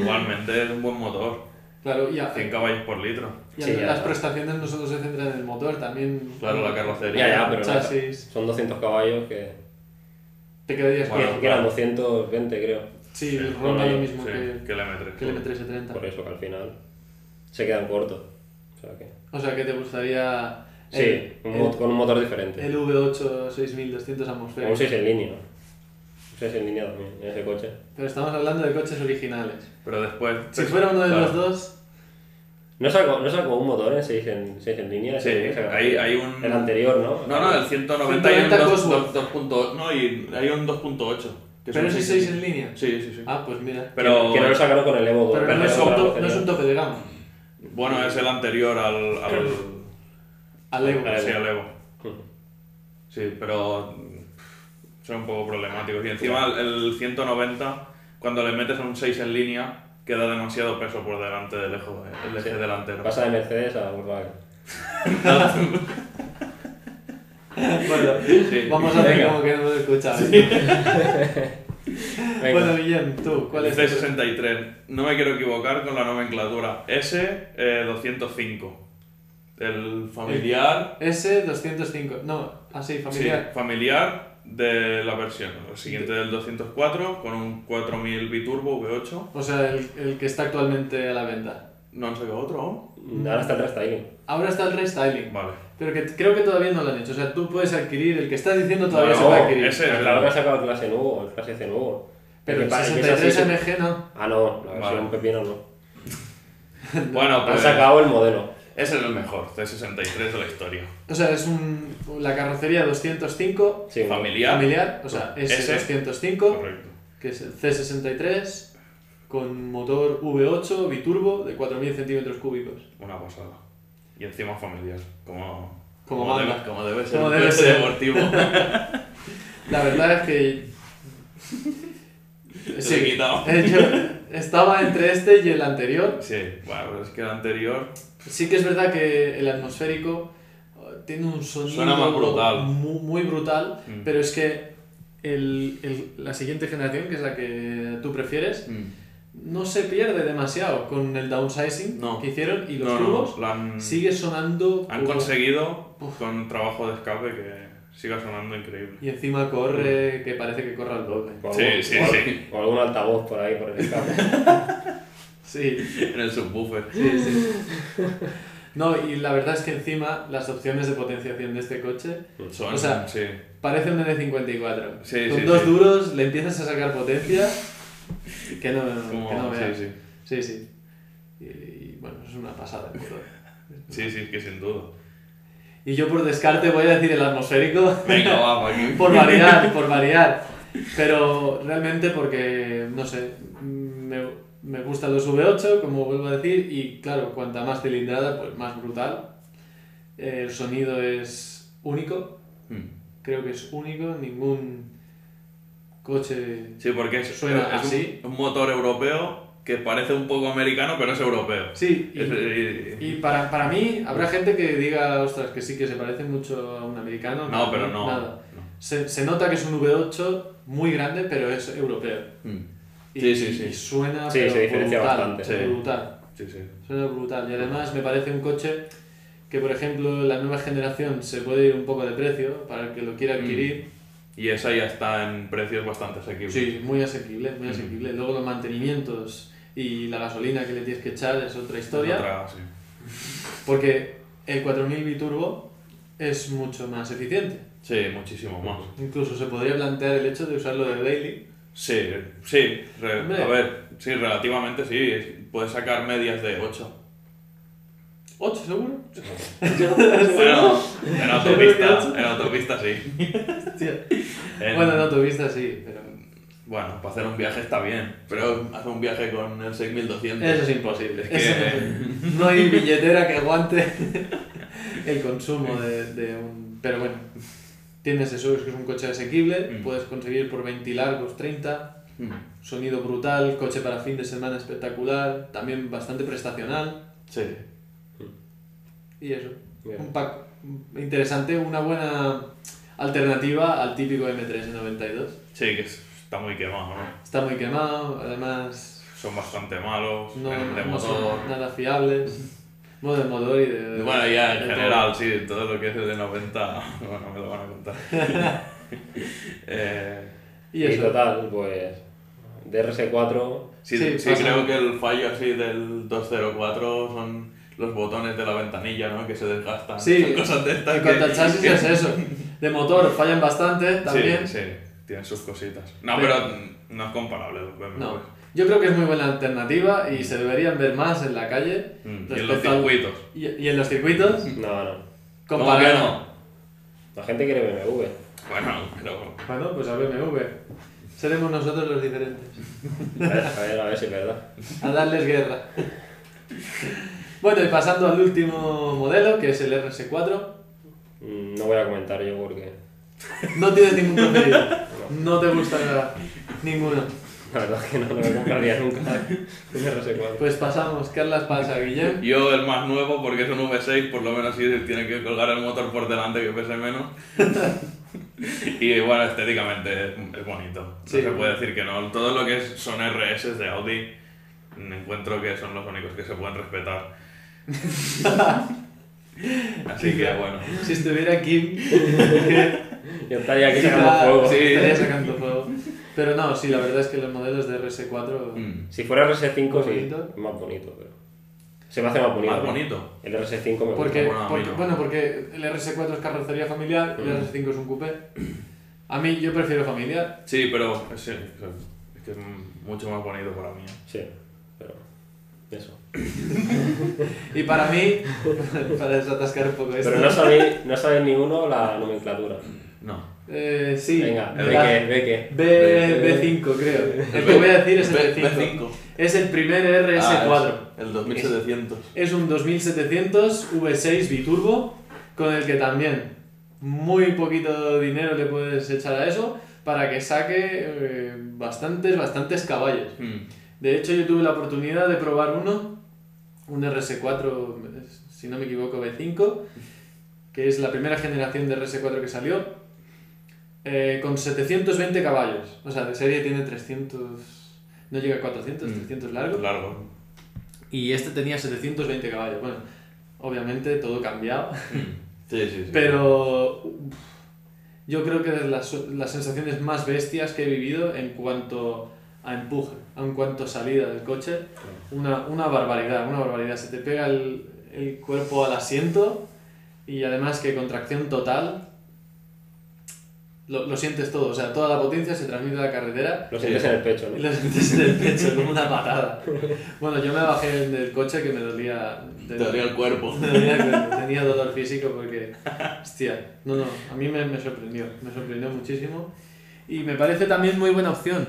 Igualmente es un buen motor.
Claro, y, a-
100 caballos por litro.
y a-
Sí, ya,
las
ya.
prestaciones no solo se centran en el motor, también.
Claro, la carrocería.
Ya, ya, pero no,
Chasis.
son 200 caballos que...
Te quedarías
que-
con.
Bueno,
que eran
claro.
220 creo.
Sí,
Sí,
ronda
bueno,
lo mismo
sí,
que,
que el M3.
que el M370.
Por eso que al final se quedan cortos. O sea que...
O sea que te gustaría.
Sí,
el-
un
el-
mot- con un motor diferente.
El V8 6200
O un
atmosférico.
6 en línea. Un 6 en línea también, en ese coche.
Pero estamos hablando de coches originales.
Pero después.
Si fuera uno de
Pues
los
Claro.
dos,
¿No sacó, no sacó un motor en 6 ¿eh? en, 6 en línea?
Sí,
Ese-
hay- hay un-
El anterior, ¿no?
No, no, el 190 hay un
190
dos-
Cosworth.
dos- 2.8. No, y hay un 2.8. que
pero
son
ese 6 en línea.
Sí, sí, sí.
Ah, pues mira.
pero.
Que no lo sacaron con el Evo 2.
Pero,
pero
no, es
eso-
un
sacaron
top-
con
no es
el
un tope de gama.
Bueno, es el anterior al. al...
Al Evo.
Al Evo.
Sí, al Evo.
Ujú.
Sí, pero. mm, Son un poco problemáticos. Y encima el- el 190, cuando le metes un 6 en línea, queda demasiado peso por delante del eje, el eje delantero.
Pasa de Mercedes a Volkswagen.
Bueno,
Sí.
vamos a ver
Venga.
como que no lo escuchas.
Venga.
Bueno, Guillem, tú, ¿cuál es? tu-
C63. No me quiero equivocar con la nomenclatura. S205. El familiar.
S205. No, así, familiar.
Sí, familiar de la versión. El siguiente del 204 con un 4000 biturbo V8.
O sea, el, el que está actualmente a la venta.
No han sacado otro aún.
Ahora está el restyling.
Ahora está el restyling.
Vale.
Pero que creo que todavía no lo han hecho. O sea, tú puedes adquirir, el que estás diciendo todavía
No,
se puede
no,
adquirir.
ese- Sí,
Pero
sí.
claro que ha sacado el clase nuevo, el clase C nuevo.
Pero
El
el
que pa- el que es
63
así-
MG no.
Ah, no, la versión
Vale.
pepino no.
Bueno,
Han
pues.
sacado el modelo.
Ese es el mejor, C63 de la historia.
O sea, es un, la carrocería 205
Sí,
Familiar.
familiar, o sea, S205,
Correcto.
que es el C63, con motor V8 biturbo de 4000 centímetros cúbicos.
Una pasada. Y encima familiar. Como.
Como
debe-
manda.
como debe ser.
Como
un
debe
coche
ser.
deportivo.
La verdad es que.
Lo he quitado.
eh, yo estaba entre este y el anterior.
Sí, bueno, pero es que el anterior.
Sí que es verdad que el atmosférico eh, tiene un sonido
Suena más brutal.
mu- Muy, brutal,
Mm.
pero es que el- el- la siguiente generación, que es la que tú prefieres,
mm.
no se pierde demasiado con el downsizing
No.
que hicieron y los
no,
turbos
no, la han,
sigue sonando
han
como-
conseguido con trabajo de escape que siga sonando increíble.
y encima
Mm.
corre que parece que corre al doble.
O
Sí, sí,
o al-
sí.
O algún altavoz por ahí, por el escape.
Sí.
En el subwoofer.
Sí, sí. No, y la verdad es que encima las opciones de potenciación de este coche
Son,
O sea,
sí.
parece un N54.
Sí,
Con
sí,
dos
sí.
duros le empiezas a sacar potencia. Que no,
Como,
que no veas.
sí, sí.
O Sí, sí. Y, y, bueno, es una pasada el motor.
Sí, sí, es que sin duda.
Y yo por descarte voy a decir el atmosférico.
Venga, vamos aquí.
por variar, por variar. Pero realmente porque, no sé, me, me gustan los V8, como vuelvo a decir, y claro, cuanta más cilindrada, pues más brutal. El sonido es único,
Mm.
creo que es único, ningún coche...
Sí, porque es,
Suena
es un-
así.
un, motor europeo que parece un poco americano, pero es europeo.
Sí, y-
Es- eh, y-
Y para, para mí, habrá gente que diga, ostras, que sí, que se parece mucho a un americano.
no, pero no.
Nada.
no.
Se, se nota que es un V8 muy grande, pero es europeo.
Mm.
Y,
Sí, sí, sí.
y suena
Sí,
pero
se diferencia
brutal,
bastante.
Sí.
brutal.
Sí, sí.
Suena brutal. Y además me parece un coche que, por ejemplo, la nueva generación se puede ir un poco de precio para el que lo quiera adquirir.
Y esa ya está en precios bastante asequibles.
Sí, muy asequible, muy
Mm.
asequible. Luego los mantenimientos y la gasolina que le tienes que echar es otra historia.
Otra, sí.
Porque el 4000 biturbo es mucho más eficiente.
Sí, muchísimo más.
Incluso se podría plantear el hecho de usarlo de daily.
Sí, sí, re-
Hombre.
a ver, sí, relativamente sí, es- puedes sacar medias de 8.
8 seguro.
Bueno, en
ocho?
autopista, en autopista sí.
Hostia.
En-
Bueno, en autopista sí, pero
bueno, para hacer un viaje está bien, pero hacer un viaje con el 6200.
eso es imposible.
Es que-
Eso no- no hay billetera que aguante el consumo de, de un... Pero bueno, tienes eso, es que es un coche asequible,
Mm.
puedes conseguir por 20 largos 30,
Mm,
sonido brutal, coche para fin de semana espectacular, también bastante prestacional
Sí,
y eso.
Bien.
Un pack interesante, una buena alternativa al típico M392.
sí, que es- está muy quemado, ¿no?
Está muy quemado, además
Son bastante malos,
no,
en- de
no
motor.
son nada fiables. Bueno, de motor y de...
Bueno, ya en
de
general, sí, todo lo que es el de 90, bueno, me lo van a contar. eh,
todo.
Y,
Y eso.
total, pues. DRS4.
Sí,
Sí,
sí,
pasa.
creo que el fallo así del 204 son los botones de la ventanilla, ¿no? Que se desgastan.
Sí,
Son cosas de estas
En cuanto al
que-
chasis
que-
es eso. De motor fallan bastante
Sí,
también.
Sí, tienen sus cositas. No,
Pero-
pero, no es comparable. los BMW.
No. Yo creo que es muy buena alternativa y se deberían ver más en la calle.
Mm, Y en los
respecto al-
circuitos.
Y, y en los circuitos.
No, no.
¿Cómo
comparado-
que no?
La gente quiere BMW.
Bueno, pero...
Bueno, pues a BMW. Seremos nosotros los diferentes.
A ver, a ver, a ver si es verdad.
a darles guerra. Bueno, y pasando al último modelo, que es el RS4,
Mm, No voy a comentar yo porque.
no tienes ningún preferido. No te gusta nada, ninguno.
La verdad es que no, no me compraría nunca un RS4.
Pues pasamos, Carlas pasa, Guillem.
Yo el más nuevo, porque es un V6, por lo menos sí tiene que colgar el motor por delante que pese menos. y bueno, estéticamente es, es bonito.
Sí.
No se puede decir que no. Todo lo que es- son RS de Audi, mm, encuentro que son los únicos que se pueden respetar. Así que bueno.
Si estuviera Kim, que
Yo estaría aquí
quizá
sacando fuego.
sí.
estaría sacando fuego. Pero no, sí, la verdad es que los modelos de RS4...
Mm.
Si fuera RS5, sí.
Bonito.
Es más bonito, pero. Se me hace más bonito.
Más bonito.
El RS5 me
Porque,
gusta.
Bueno,
porque-
a mí no. Mm.
bueno, porque el RS4 es carrocería familiar y el RS5 es un coupé. A mí, yo prefiero familiar.
Sí, pero es, sí, es que es mucho más bonito para mí.
Sí, pero. Eso.
Y para mí, para desatascar un poco esto...
Pero no sabéis, no sabéis ni uno la nomenclatura.
No.
Eh, sí.
Venga,
El
ve
la-
que, ve que.
B, B5, creo. El que voy a decir es el
B-
B5. Es el primer RS4.
Ah, es el 2700.
Es un 2700 V6 biturbo, con el que también muy poquito dinero le puedes echar a eso para que saque eh, bastantes, bastantes caballos.
Mm.
De hecho, yo tuve la oportunidad de probar uno, un RS4, si no me equivoco, B5, que es la primera generación de RS4 que salió, eh, con 720 caballos. O sea, de serie tiene 300, no llega a 400,
Mm.
300 largo.
Largo.
Y este tenía 720 caballos. Bueno, obviamente todo cambiado,
Sí, sí, sí.
pero uf, yo creo que es las, las sensaciones más bestias que he vivido en cuanto a empuje, en cuanto a salida del coche. Una, una barbaridad, una barbaridad. Se te pega el, el cuerpo al asiento y además que contracción total. lo, lo sientes todo, o sea, toda la potencia se transmite a la carretera
Lo sientes en el pecho,
y
¿no?
lo sientes en el pecho como una patada. Bueno, yo me bajé del coche que me dolía...
Te dolía el cuerpo.
Me dolía el cuerpo, tenía dolor físico porque, hostia, no, no, a mí me, me sorprendió, me sorprendió muchísimo y me parece también muy buena opción.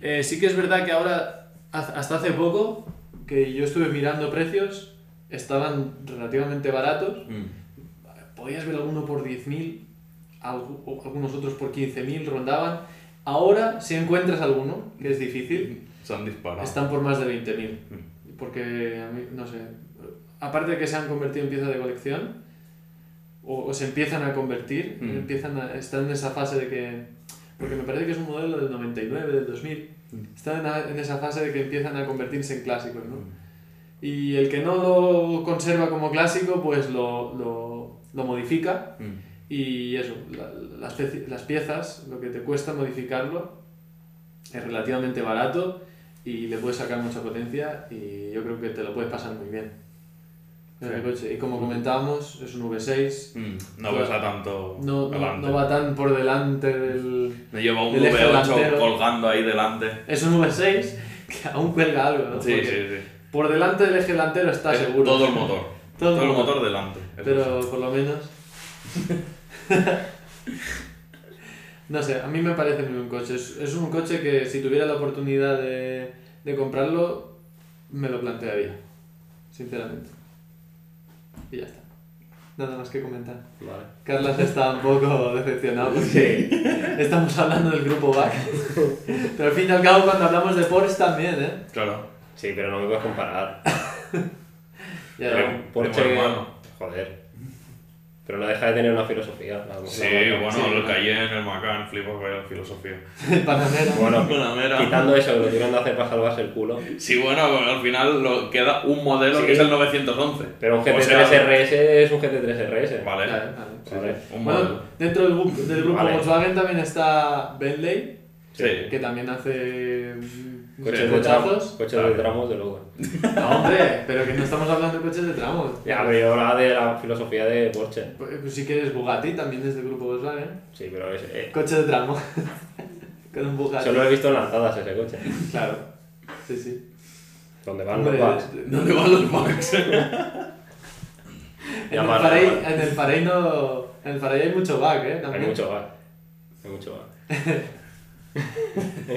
Eh, sí que es verdad que ahora, haz- hasta hace poco, que yo estuve mirando precios, estaban relativamente baratos,
Mm.
podías ver alguno por 10.000, algu- o algunos otros por 15.000 rondaban, ahora si encuentras alguno, que es difícil,
Se han disparado.
están por más de 20.000. Porque a mí, no sé. Aparte de que se han convertido en piezas de colección, o, o se empiezan a convertir,
Mm.
empiezan a- están en esa fase de que. Porque me parece que es un modelo del 99, del 2000. Están en, a- en esa fase de que empiezan a convertirse en clásicos,
Mm.
¿no? Y el que no lo conserva como clásico, pues lo, lo, lo modifica.
Mm.
Y eso, la- las, peci- las piezas, lo que te cuesta modificarlo, es relativamente barato y le puedes sacar mucha potencia y yo creo que te lo puedes pasar muy bien. en el
Sí.
coche. Y como comentábamos, es un V6,
Mm. No pesa tanto
no, no,
delante.
no va tan por delante del...
Me lleva un
el eje
V8
delantero.
colgando ahí delante.
Es un V6 que aún cuelga algo, ¿no?
Sí,
Porque
sí, sí.
Por delante del eje delantero está
Es
seguro.
Todo el motor.
Todo el
Todo, el
motor.
motor, delante. eso
Pero por lo menos. no sé, a mí me parece muy buen coche. Es, es un coche que si tuviera la oportunidad de, de comprarlo, me lo plantearía. Sinceramente. Y ya está. Nada más que comentar.
Vale.
Carlas está un poco decepcionado porque estamos hablando del grupo VAC. Pero al fin y al cabo, cuando hablamos de Porsche también, ¿eh?
sí. Claro.
Sí, pero no me puedes comparar.
Ya,
Pero-
ya.
Primo
Porsche,
hermano.
joder. Pero no deja de tener una filosofía. la- la
Sí,
marca.
bueno,
sí,
el
claro.
Cayenne, el Macan, flipo, vaya filosofía.
Panamera.
Bueno,
Bueno, mira.
quitando eso que lo tuvieron de hacer para salvarse el culo.
Sí, bueno, bueno, al final lo- queda un modelo
Sí.
que es el 911.
Pero un
O
GT3
sea,
RS es un GT3 RS.
Vale.
Vale, eh, vale.
Vale.
Un
Bueno,
modelo.
dentro del, gru- del grupo
Vale.
Volkswagen también está Bentley,
Sí.
que también hace mm,
Coches,
Sí.
de tramos,
cochazos.
coches
Vale.
de tramos de luego.
No, hombre, pero que no estamos hablando de coches de tramos.
Ya, pero yo hablaba de la filosofía de Porsche.
Pues, pues sí que eres Bugatti, también es del grupo Volkswagen.
Sí, pero es, eh,
Coche de tramo. Con un Bugatti.
solo he visto en lanzadas ese coche.
Claro. Sí, sí.
Donde van
Hombre,
los bugs.
de-
¿Dónde van los Max?
En
Ya
el,
vale,
Farey,
vale.
en el Farey no. En el Farey hay mucho bug, eh.
Hay
También.
mucho bug. Hay mucho bug.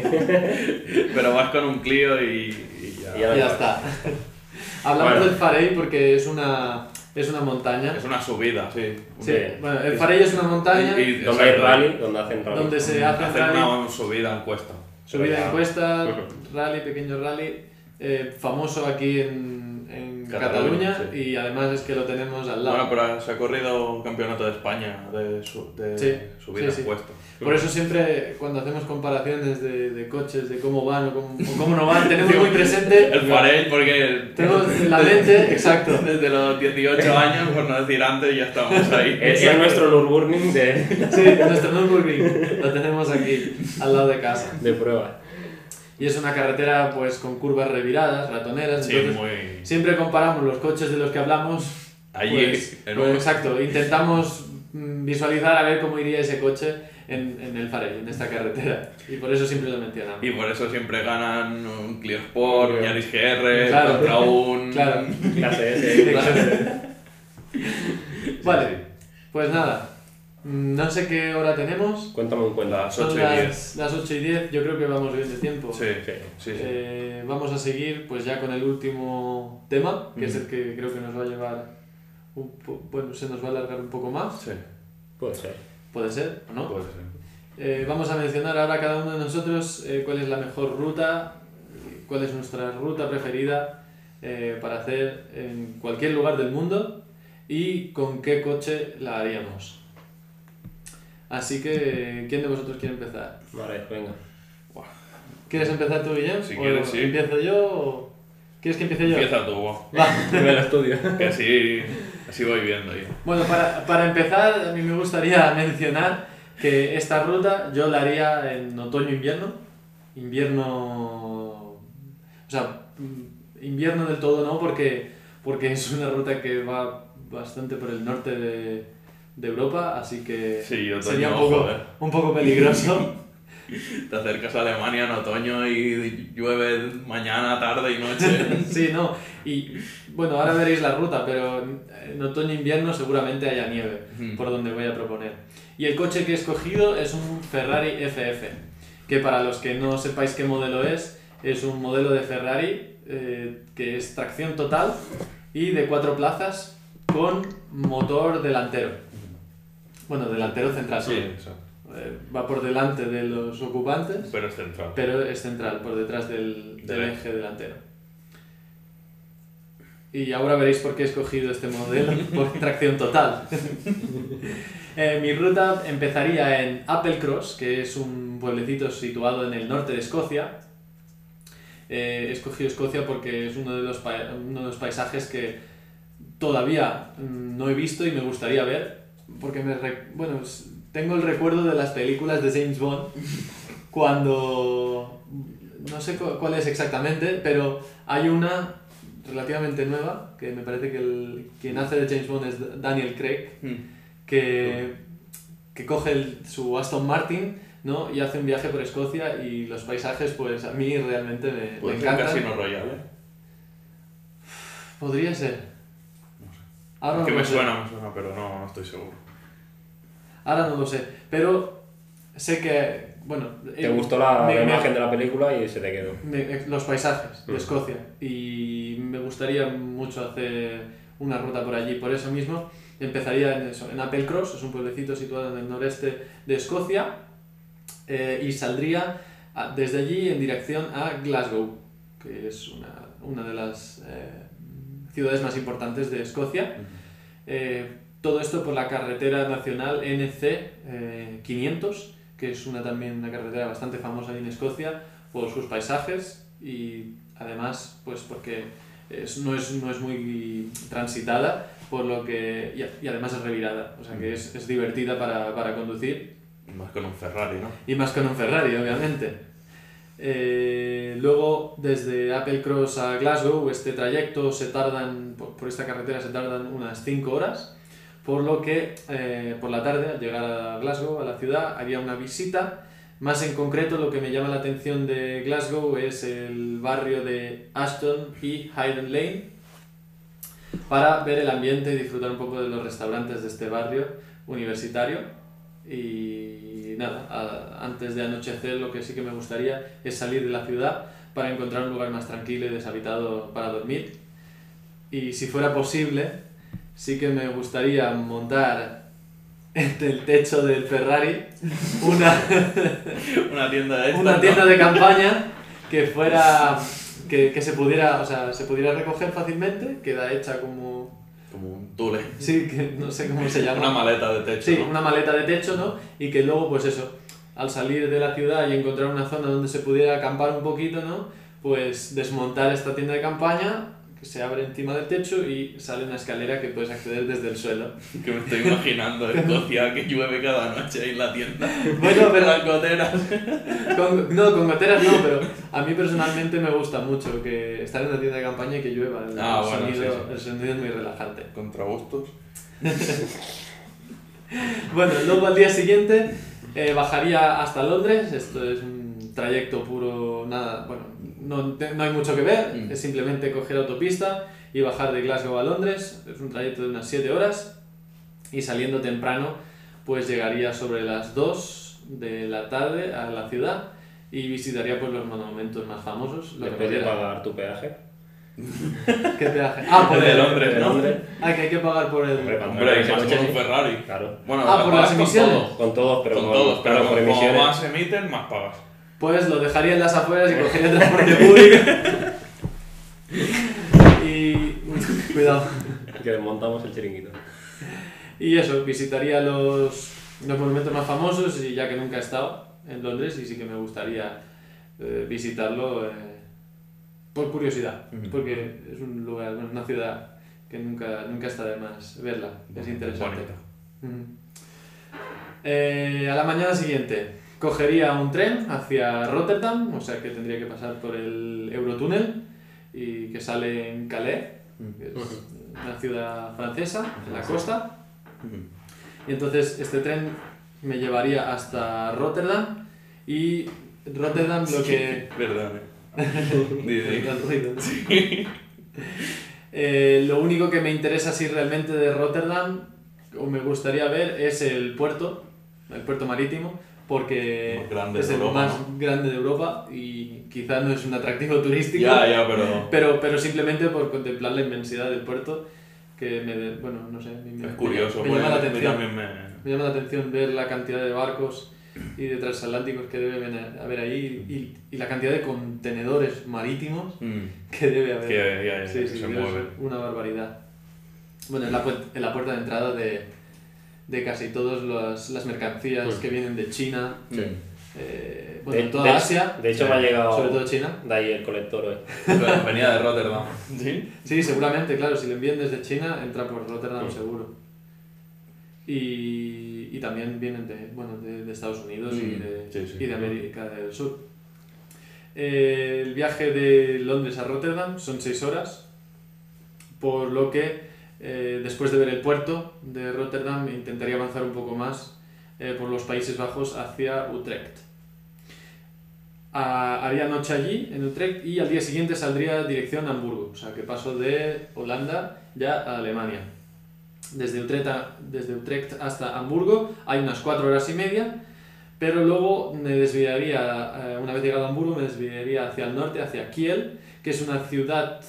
Pero vas con un Clio y, y ya.
Y ya-
Y ya está. Hablamos
Bueno.
del Farey porque es una. Es una montaña.
Es una subida, sí.
Sí,
Bien.
bueno, el Farey es una montaña.
Y- y-
Donde hay
exacto.
rally, donde hacen rally.
donde se hacen
Hacer
rally,
una subida en cuesta.
subida
Pero
en
ya-
cuesta, rally, pequeño rally, eh, famoso aquí en, en Cataluña,
Cataluña, sí.
y además es que lo tenemos al lado.
Bueno, pero se ha corrido un campeonato de España de, su- de
Sí,
subida
sí, sí.
en cuesta.
Por eso siempre cuando hacemos comparaciones de, de coches, de cómo van o cómo, o cómo no van, tenemos muy presente...
El Farell, porque
Tenemos en la mente, exacto.
desde los 18 años, por no decir antes, ya estamos ahí.
Ese es nuestro Nürburgring de,
Sí, nuestro Nürburgring lo tenemos aquí, al lado de casa.
de prueba.
Y es una carretera pues con curvas reviradas, ratoneras,
Sí,
entonces
muy...
siempre comparamos los coches de los que hablamos
Allí,
Pues-
en
pues
un-
exacto, intentamos mm, visualizar a ver cómo iría ese coche en, en el Farell, en esta carretera. Y por eso siempre lo mencionamos.
Y por eso siempre ganan un Clio Sport, un Yaris GR,
Claro.
contra un...
Claro.
Clase S.
Vale, pues nada. Mm, No sé qué hora tenemos.
Cuéntame un cuento.
Las
Son
8 y 10.
las, las 8 y 10. Yo creo que vamos bien de tiempo.
Sí,
Sí.
sí, sí.
Eh, vamos a seguir pues ya con el último tema, que es el que creo que nos va a llevar... un po- bueno, se nos va a alargar un poco más.
Sí,
Puede ser.
Puede ser, ¿o no?
puede ser.
Pues, Eh, vamos a mencionar ahora cada uno de nosotros eh, cuál es la mejor ruta, cuál es nuestra ruta preferida eh, para hacer en cualquier lugar del mundo y con qué coche la haríamos. Así que, eh, ¿quién de vosotros quiere empezar?
Vale, venga.
¿Quieres empezar tú, Guillem?
Si
¿O
quieres, sí.
¿Empiezo yo o quieres que empiece yo?
Empieza tú, guau,
Va.
En el estudio.
que así, así voy viendo yo.
Bueno, para, para empezar, a mí me gustaría mencionar que esta ruta yo la haría en otoño-invierno. Invierno. O sea, mm, invierno del todo no, porque, porque es una ruta que va bastante por el norte de, de Europa, así que
Sí, yo
sería un
otoño,
poco,
joder.
un poco peligroso.
Te acercas a Alemania en otoño y llueve mañana, tarde y noche.
sí, no. Y bueno, ahora veréis la ruta, pero en otoño e invierno seguramente haya nieve,
Ujú.
por donde voy a proponer. Y el coche que he escogido es un Ferrari FF, que para los que no sepáis qué modelo es, es un modelo de Ferrari eh, que es tracción total y de cuatro plazas con motor delantero. Bueno, delantero central,
Sí,
solo.
eso.
Eh, va por delante de los ocupantes.
Pero es central.
Pero es central, por detrás del, del
Del-
eje delantero. Y ahora veréis por qué he escogido este modelo, por tracción total. Eh, mi ruta empezaría en Applecross, que es un pueblecito situado en el norte de Escocia. Eh, he escogido Escocia porque es uno de, los pa- uno de los paisajes que todavía mm, no he visto y me gustaría ver, porque me re- bueno, s- tengo el recuerdo de las películas de James Bond cuando no sé cu- cuál es exactamente, pero hay una relativamente nueva que me parece que el, quien hace de James Bond es Daniel Craig
Mm.
que, que coge el- su Aston Martin ¿no? y hace un viaje por Escocia y los paisajes pues a mí realmente me, me
Puede ser un
encantan.
casino royal, ¿eh?
Podría ser. Ahora
Es que
no
me
lo sé.
suena, me suena, pero no, no estoy seguro.
Ahora no lo sé, pero sé que, bueno...
Te
eh,
gustó la,
me-
la
me-
imagen de la película y se te quedó.
me- eh, los paisajes de
Mm.
Escocia y me gustaría mucho hacer una ruta por allí. Por eso mismo empezaría en eso, en Applecross, es un pueblecito situado en el noreste de Escocia eh, y saldría a- desde allí en dirección a Glasgow, que es una, una de las eh, ciudades más importantes de Escocia. Eh, todo esto por la carretera nacional NC eh, 500, que es una, también una carretera bastante famosa ahí en Escocia por sus paisajes y además pues porque es- no, es, no es muy transitada por lo que y, a- y además es revirada, o sea que es, es divertida para, para conducir
Más con un Ferrari, ¿no?
y más con un Ferrari, obviamente. Eh, luego, desde Applecross a Glasgow, este trayecto se tardan, por, por esta carretera se tardan unas 5 horas, por lo que eh, por la tarde, al llegar a Glasgow, a la ciudad, haría una visita. Más en concreto, lo que me llama la atención de Glasgow es el barrio de Ashton y Hyden Lane, para ver el ambiente y disfrutar un poco de los restaurantes de este barrio universitario. Y nada, a- antes de anochecer lo que sí que me gustaría es salir de la ciudad para encontrar un lugar más tranquilo y deshabitado para dormir. Y si fuera posible, sí que me gustaría montar en el techo del Ferrari una,
Una tienda de estas,
una
¿no?
tienda de campaña que fuera que, que se pudiera o sea se pudiera recoger fácilmente queda hecha como
Como un tule.
sí que no sé cómo se llama
Una maleta de techo,
sí
¿no?
una maleta de techo no y que luego pues eso al salir de la ciudad y encontrar una zona donde se pudiera acampar un poquito no pues desmontar esta tienda de campaña que se abre encima del techo y sale una escalera que puedes acceder desde el suelo
Que me estoy imaginando Escocia que llueve cada noche ahí en la tienda.
Bueno, pero-
las goteras.
Con- no con goteras no pero a mí personalmente me gusta mucho que estar en una tienda de campaña y que llueva el,
Ah,
el
bueno, sí,
sonido-
sí.
el sonido es muy relajante
Contragustos.
Bueno, luego al día siguiente eh, bajaría hasta Londres. Esto es un trayecto puro, nada, bueno, no, te- no hay mucho que ver.
Mm.
Es simplemente coger autopista y bajar de Glasgow a Londres. Es un trayecto de unas 7 horas. Y saliendo temprano, pues llegaría sobre las 2 de la tarde a la ciudad y visitaría pues los monumentos más famosos. Lo que
Después de
pudiera.
pagar tu peaje.
¿Qué peaje? Ah, por
El de
el...
Londres,
de
¿no?
Londres.
Ah, que hay que pagar por el...
Hombre, cuando
Hombre,
pagas
y
el
más
coche,
con un
sí.
Ferrari.
Claro.
Bueno,
Ah, por
pagas
las
con
emisiones.
todo.
Con todos, pero
con
con-
todos,
claro,
pero
por
como
emisiones.
más emiten, más pagas.
Pues lo dejaría en las afueras y cogería el transporte público. y. uy, cuidado.
Que desmontamos el chiringuito.
Y eso, visitaría los, los monumentos más famosos y ya que nunca he estado en Londres y sí que me gustaría eh, visitarlo eh, por curiosidad,
Ujú.
porque es un lugar, bueno, una ciudad que nunca, nunca está de más verla, es interesante.
Bonito.
Ujú. Mm. Eh, a la mañana siguiente cogería un tren hacia Rotterdam, o sea que tendría que pasar por el Eurotúnel y que sale en Calais, que es una ciudad francesa, en la costa. Y entonces este tren me llevaría hasta Rotterdam y Rotterdam lo que...
Verdad, eh. Di, di.
Perdón, ruido. Eh, lo único que me interesa así realmente de Rotterdam, o me gustaría ver, es el puerto, el puerto marítimo, porque
Más grande
es
de
el
Europa,
más
¿no?
grande de Europa y quizás no es un atractivo turístico,
Ya, ya, pero
Pero, pero simplemente por contemplar la inmensidad del puerto, que me, de- bueno, no sé, me- me-
es curioso.
me
pues,
llama la
a mí
atención.
también me-
Me llama la atención ver la cantidad de barcos y de transatlánticos que deben haber ahí y, y la cantidad de contenedores marítimos
Mm,
que debe haber.
que ya, ya,
Sí, sí,
se
Dios,
mueve.
una barbaridad. Bueno, es la, puer- es la puerta de entrada de, de casi todas las, las mercancías
Mm.
que vienen de China,
Sí.
eh, bueno,
De-
toda
de-
Asia,
De hecho,
Sí.
me ha llegado
sobre todo China.
de ahí el colector eh. hoy.
Claro, venía de Rotterdam.
¿Sí? Sí, seguramente, claro, si lo envían desde China, entra por Rotterdam
Mm.
seguro. Y, y también vienen de, bueno, de, de Estados Unidos y,
Mm,
de,
sí, sí.
y de América del Sur. Eh, el viaje de Londres a Rotterdam son 6 horas, por lo que eh, después de ver el puerto de Rotterdam intentaría avanzar un poco más eh, por los Países Bajos hacia Utrecht. Ah, haría noche allí, en Utrecht, y al día siguiente saldría dirección a Hamburgo, o sea que paso de Holanda ya a Alemania. Desde Utrecht, a- desde Utrecht hasta Hamburgo hay unas 4 horas y media, pero luego me desviaría, eh, una vez llegado a Hamburgo, me desviaría hacia el norte, hacia Kiel, que es una ciudad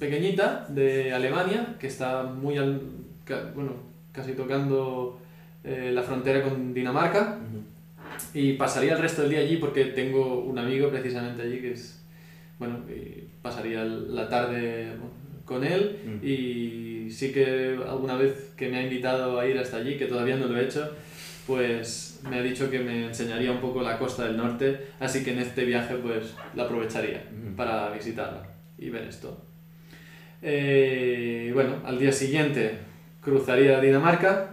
pequeñita de Alemania, que está muy, al- ca- bueno, casi tocando eh, la frontera con Dinamarca. Y pasaría el resto del día allí porque tengo un amigo precisamente allí que es. Bueno, y pasaría el- la tarde con él
Mm.
y sí que alguna vez que me ha invitado a ir hasta allí, que todavía no lo he hecho, pues me ha dicho que me enseñaría un poco la costa del norte, así que en este viaje pues la aprovecharía
Ujú.
para visitarla y ver esto. Eh, bueno, al día siguiente cruzaría Dinamarca,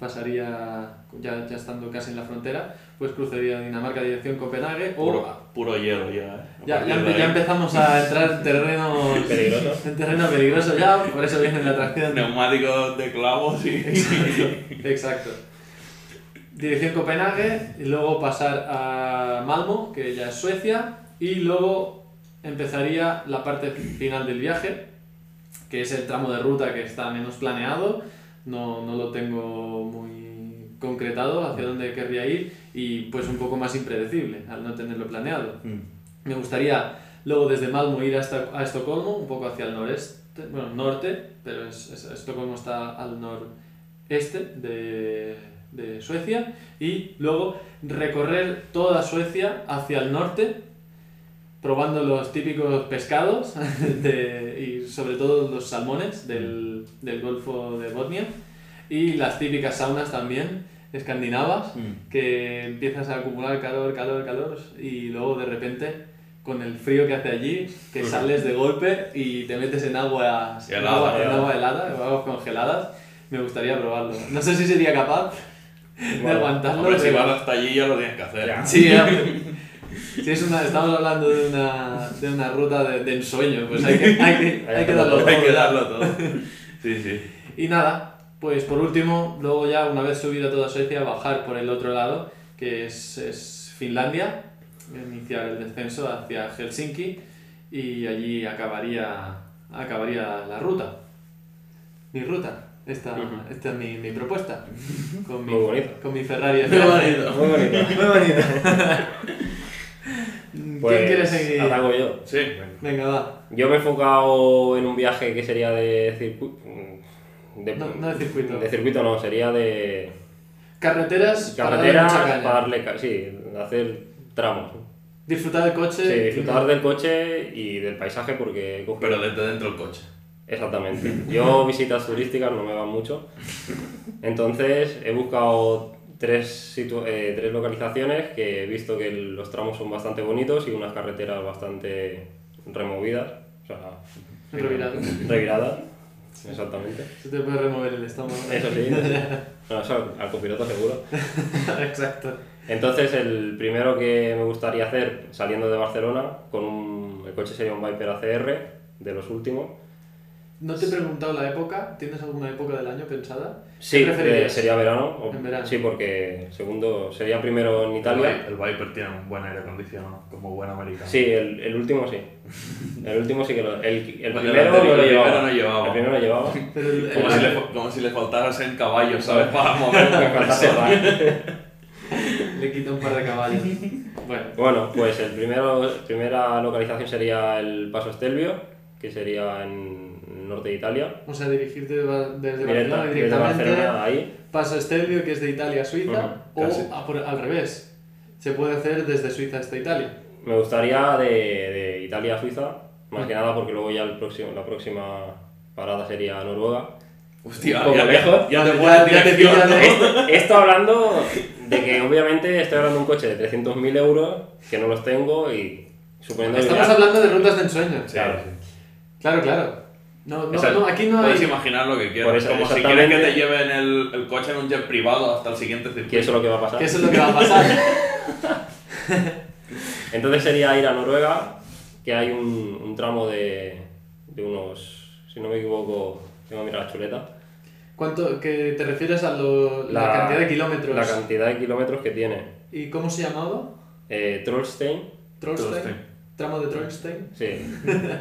pasaría, ya, ya estando casi en la frontera, pues cruzaría Dinamarca dirección Copenhague o...
Puro, puro hielo ya, eh. A
Oh. Ya, ya,
partir de
empe- ya
ahí,
empezamos a entrar en terreno,
Peligroso.
en terreno peligroso ya, por eso viene la atracción.
Neumáticos de clavos y.
Exacto, exacto. Dirección Copenhague, y luego pasar a Malmo, que ya es Suecia, y luego empezaría la parte final del viaje, que es el tramo de ruta que está menos planeado, no, no lo tengo muy concretado hacia dónde querría ir y pues un poco más impredecible al no tenerlo planeado.
Mm.
Me gustaría luego desde Malmo ir hasta, a Estocolmo, un poco hacia el noreste, bueno, norte, pero es- es- Estocolmo está al noreste de, de Suecia, y luego recorrer toda Suecia hacia el norte, probando los típicos pescados de- y sobre todo los salmones del, del Golfo de Bosnia, y las típicas saunas también, escandinavas
Mm.
que empiezas a acumular calor, calor, calor y luego de repente con el frío que hace allí, que
Ujú.
sales de golpe y te metes en agua en
Helada,
agua- en
helada.
agua helada, en aguas congeladas, me gustaría probarlo. No sé si sería capaz de
Bueno,
aguantarlo.
mm. Hombre, si
pero-
vas hasta allí ya lo tienes que hacer.
Ya.
Sí, ya. Sí, es una- estamos hablando de una, de una ruta de, de ensueño, pues hay que, hay que- hay que darlo
Hay que
todo.
darlo todo. Sí, sí.
Y nada, pues por último, luego ya una vez subida toda Suecia, bajar por el otro lado, que es, es Finlandia, iniciar el descenso hacia Helsinki y allí acabaría, acabaría la ruta. Mi ruta. Esta,
Ujú.
esta es mi, mi propuesta. Con mi,
Muy bonito.
Con mi Ferrari.
Muy bonito.
Muy bonito. ¿Quién quiere
Pues
seguir?
ataco yo.
Sí,
Venga, va.
Yo me he enfocado en un viaje que sería de circuito. De,
No- no de circuito.
De circuito no, sería de
Carreteras, para darle
carretera
mucha caña.
para darle ca- sí, hacer tramos. ¿no?
Disfrutar del coche.
Sí, disfrutar del coche y del paisaje porque he cogido-
pero desde dentro del coche.
Exactamente. Yo visitas turísticas no me van mucho. Entonces he buscado tres, situ- eh, tres localizaciones que he visto que el- los tramos son bastante bonitos y unas carreteras bastante removidas. O sea,
Reviradas.
reviradas. Exactamente.
Se te puede remover el estómago.
Eso sí. No, eso al copiloto seguro.
Exacto.
Entonces el primero que me gustaría hacer saliendo de Barcelona con un, el coche sería un Viper ACR de los últimos
No te he preguntado la época, ¿tienes alguna época del año pensada? ¿Qué
Sí, eh,
preferirías?
sería verano, o-
En verano.
Sí, porque segundo sería primero en Italia.
El Viper tiene un buen aire acondicionado, como buen americano.
Sí, el, el último sí. El último sí que lo. El, el
El
primero
anterior,
no lo
el primero
llevaba.
no llevaba.
El primero no llevaba.
Pero el- el-
Como si, le, como si le faltaras en caballo, ¿sabes? Para mover un
Me faltaba
compresor.
pan.
le quito un par de caballos. Bueno,
Bueno, pues el primero, primera localización sería el Paso Stelvio, que sería en el norte de Italia.
vamos a dirigirte de Ba- desde
Directa-
Barcelona
desde Barcelona
directamente.
ahí.
Pasa a Stelvio, que es de Italia a Suiza,
Ujú, casi.
o a por- al revés. Se puede hacer desde Suiza hasta Italia.
Me gustaría de, de Italia a Suiza, más que nada porque luego ya el próximo, la próxima parada sería Noruega.
Hostia,
Un poco
ya,
lejos.
ya te
Ya-
puedes
ya te
dirección,
pillan,
¿no?
¿eh?
Esto hablando de que obviamente estoy hablando de un coche de 300.000 euros, que no los tengo y suponiendo que...
Estamos
ya-
hablando de rutas de ensueño.
Sí,
Claro.
sí.
Claro, claro. No, no,
Exacto.
no, aquí no
Puedes
hay.
imaginar lo que
Por
quieras.
eso,
como si
exactamente.
quieres que te lleven el, el coche en un jet privado hasta el siguiente circuito.
Que eso es lo que va a pasar.
Que eso es lo que va a pasar.
Entonces sería ir a Noruega, que hay un, un tramo de, de unos, si no me equivoco, tengo que mirar la chuleta.
¿Cuánto, que ¿Te refieres a lo- la, cantidad de kilómetros?
La cantidad de kilómetros que tiene.
¿Y cómo se llamaba?
Eh, Trollstein,
Trollstein.
Trollstein.
Tramo de Trollstein.
sí,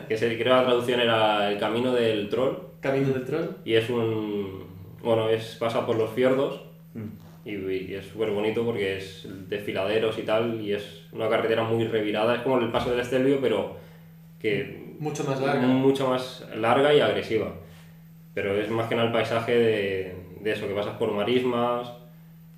que se, creo la traducción era el camino del troll,
Camino del Troll.
y es un, bueno, es, pasa por los fiordos,
Mm.
y, y es súper bonito porque es desfiladeros y tal, y es una carretera muy revirada, es como el paso del Estelvio, pero que
Mucho más larga.
mucho más larga y agresiva. Pero es más que nada el paisaje de, de eso, que pasas por marismas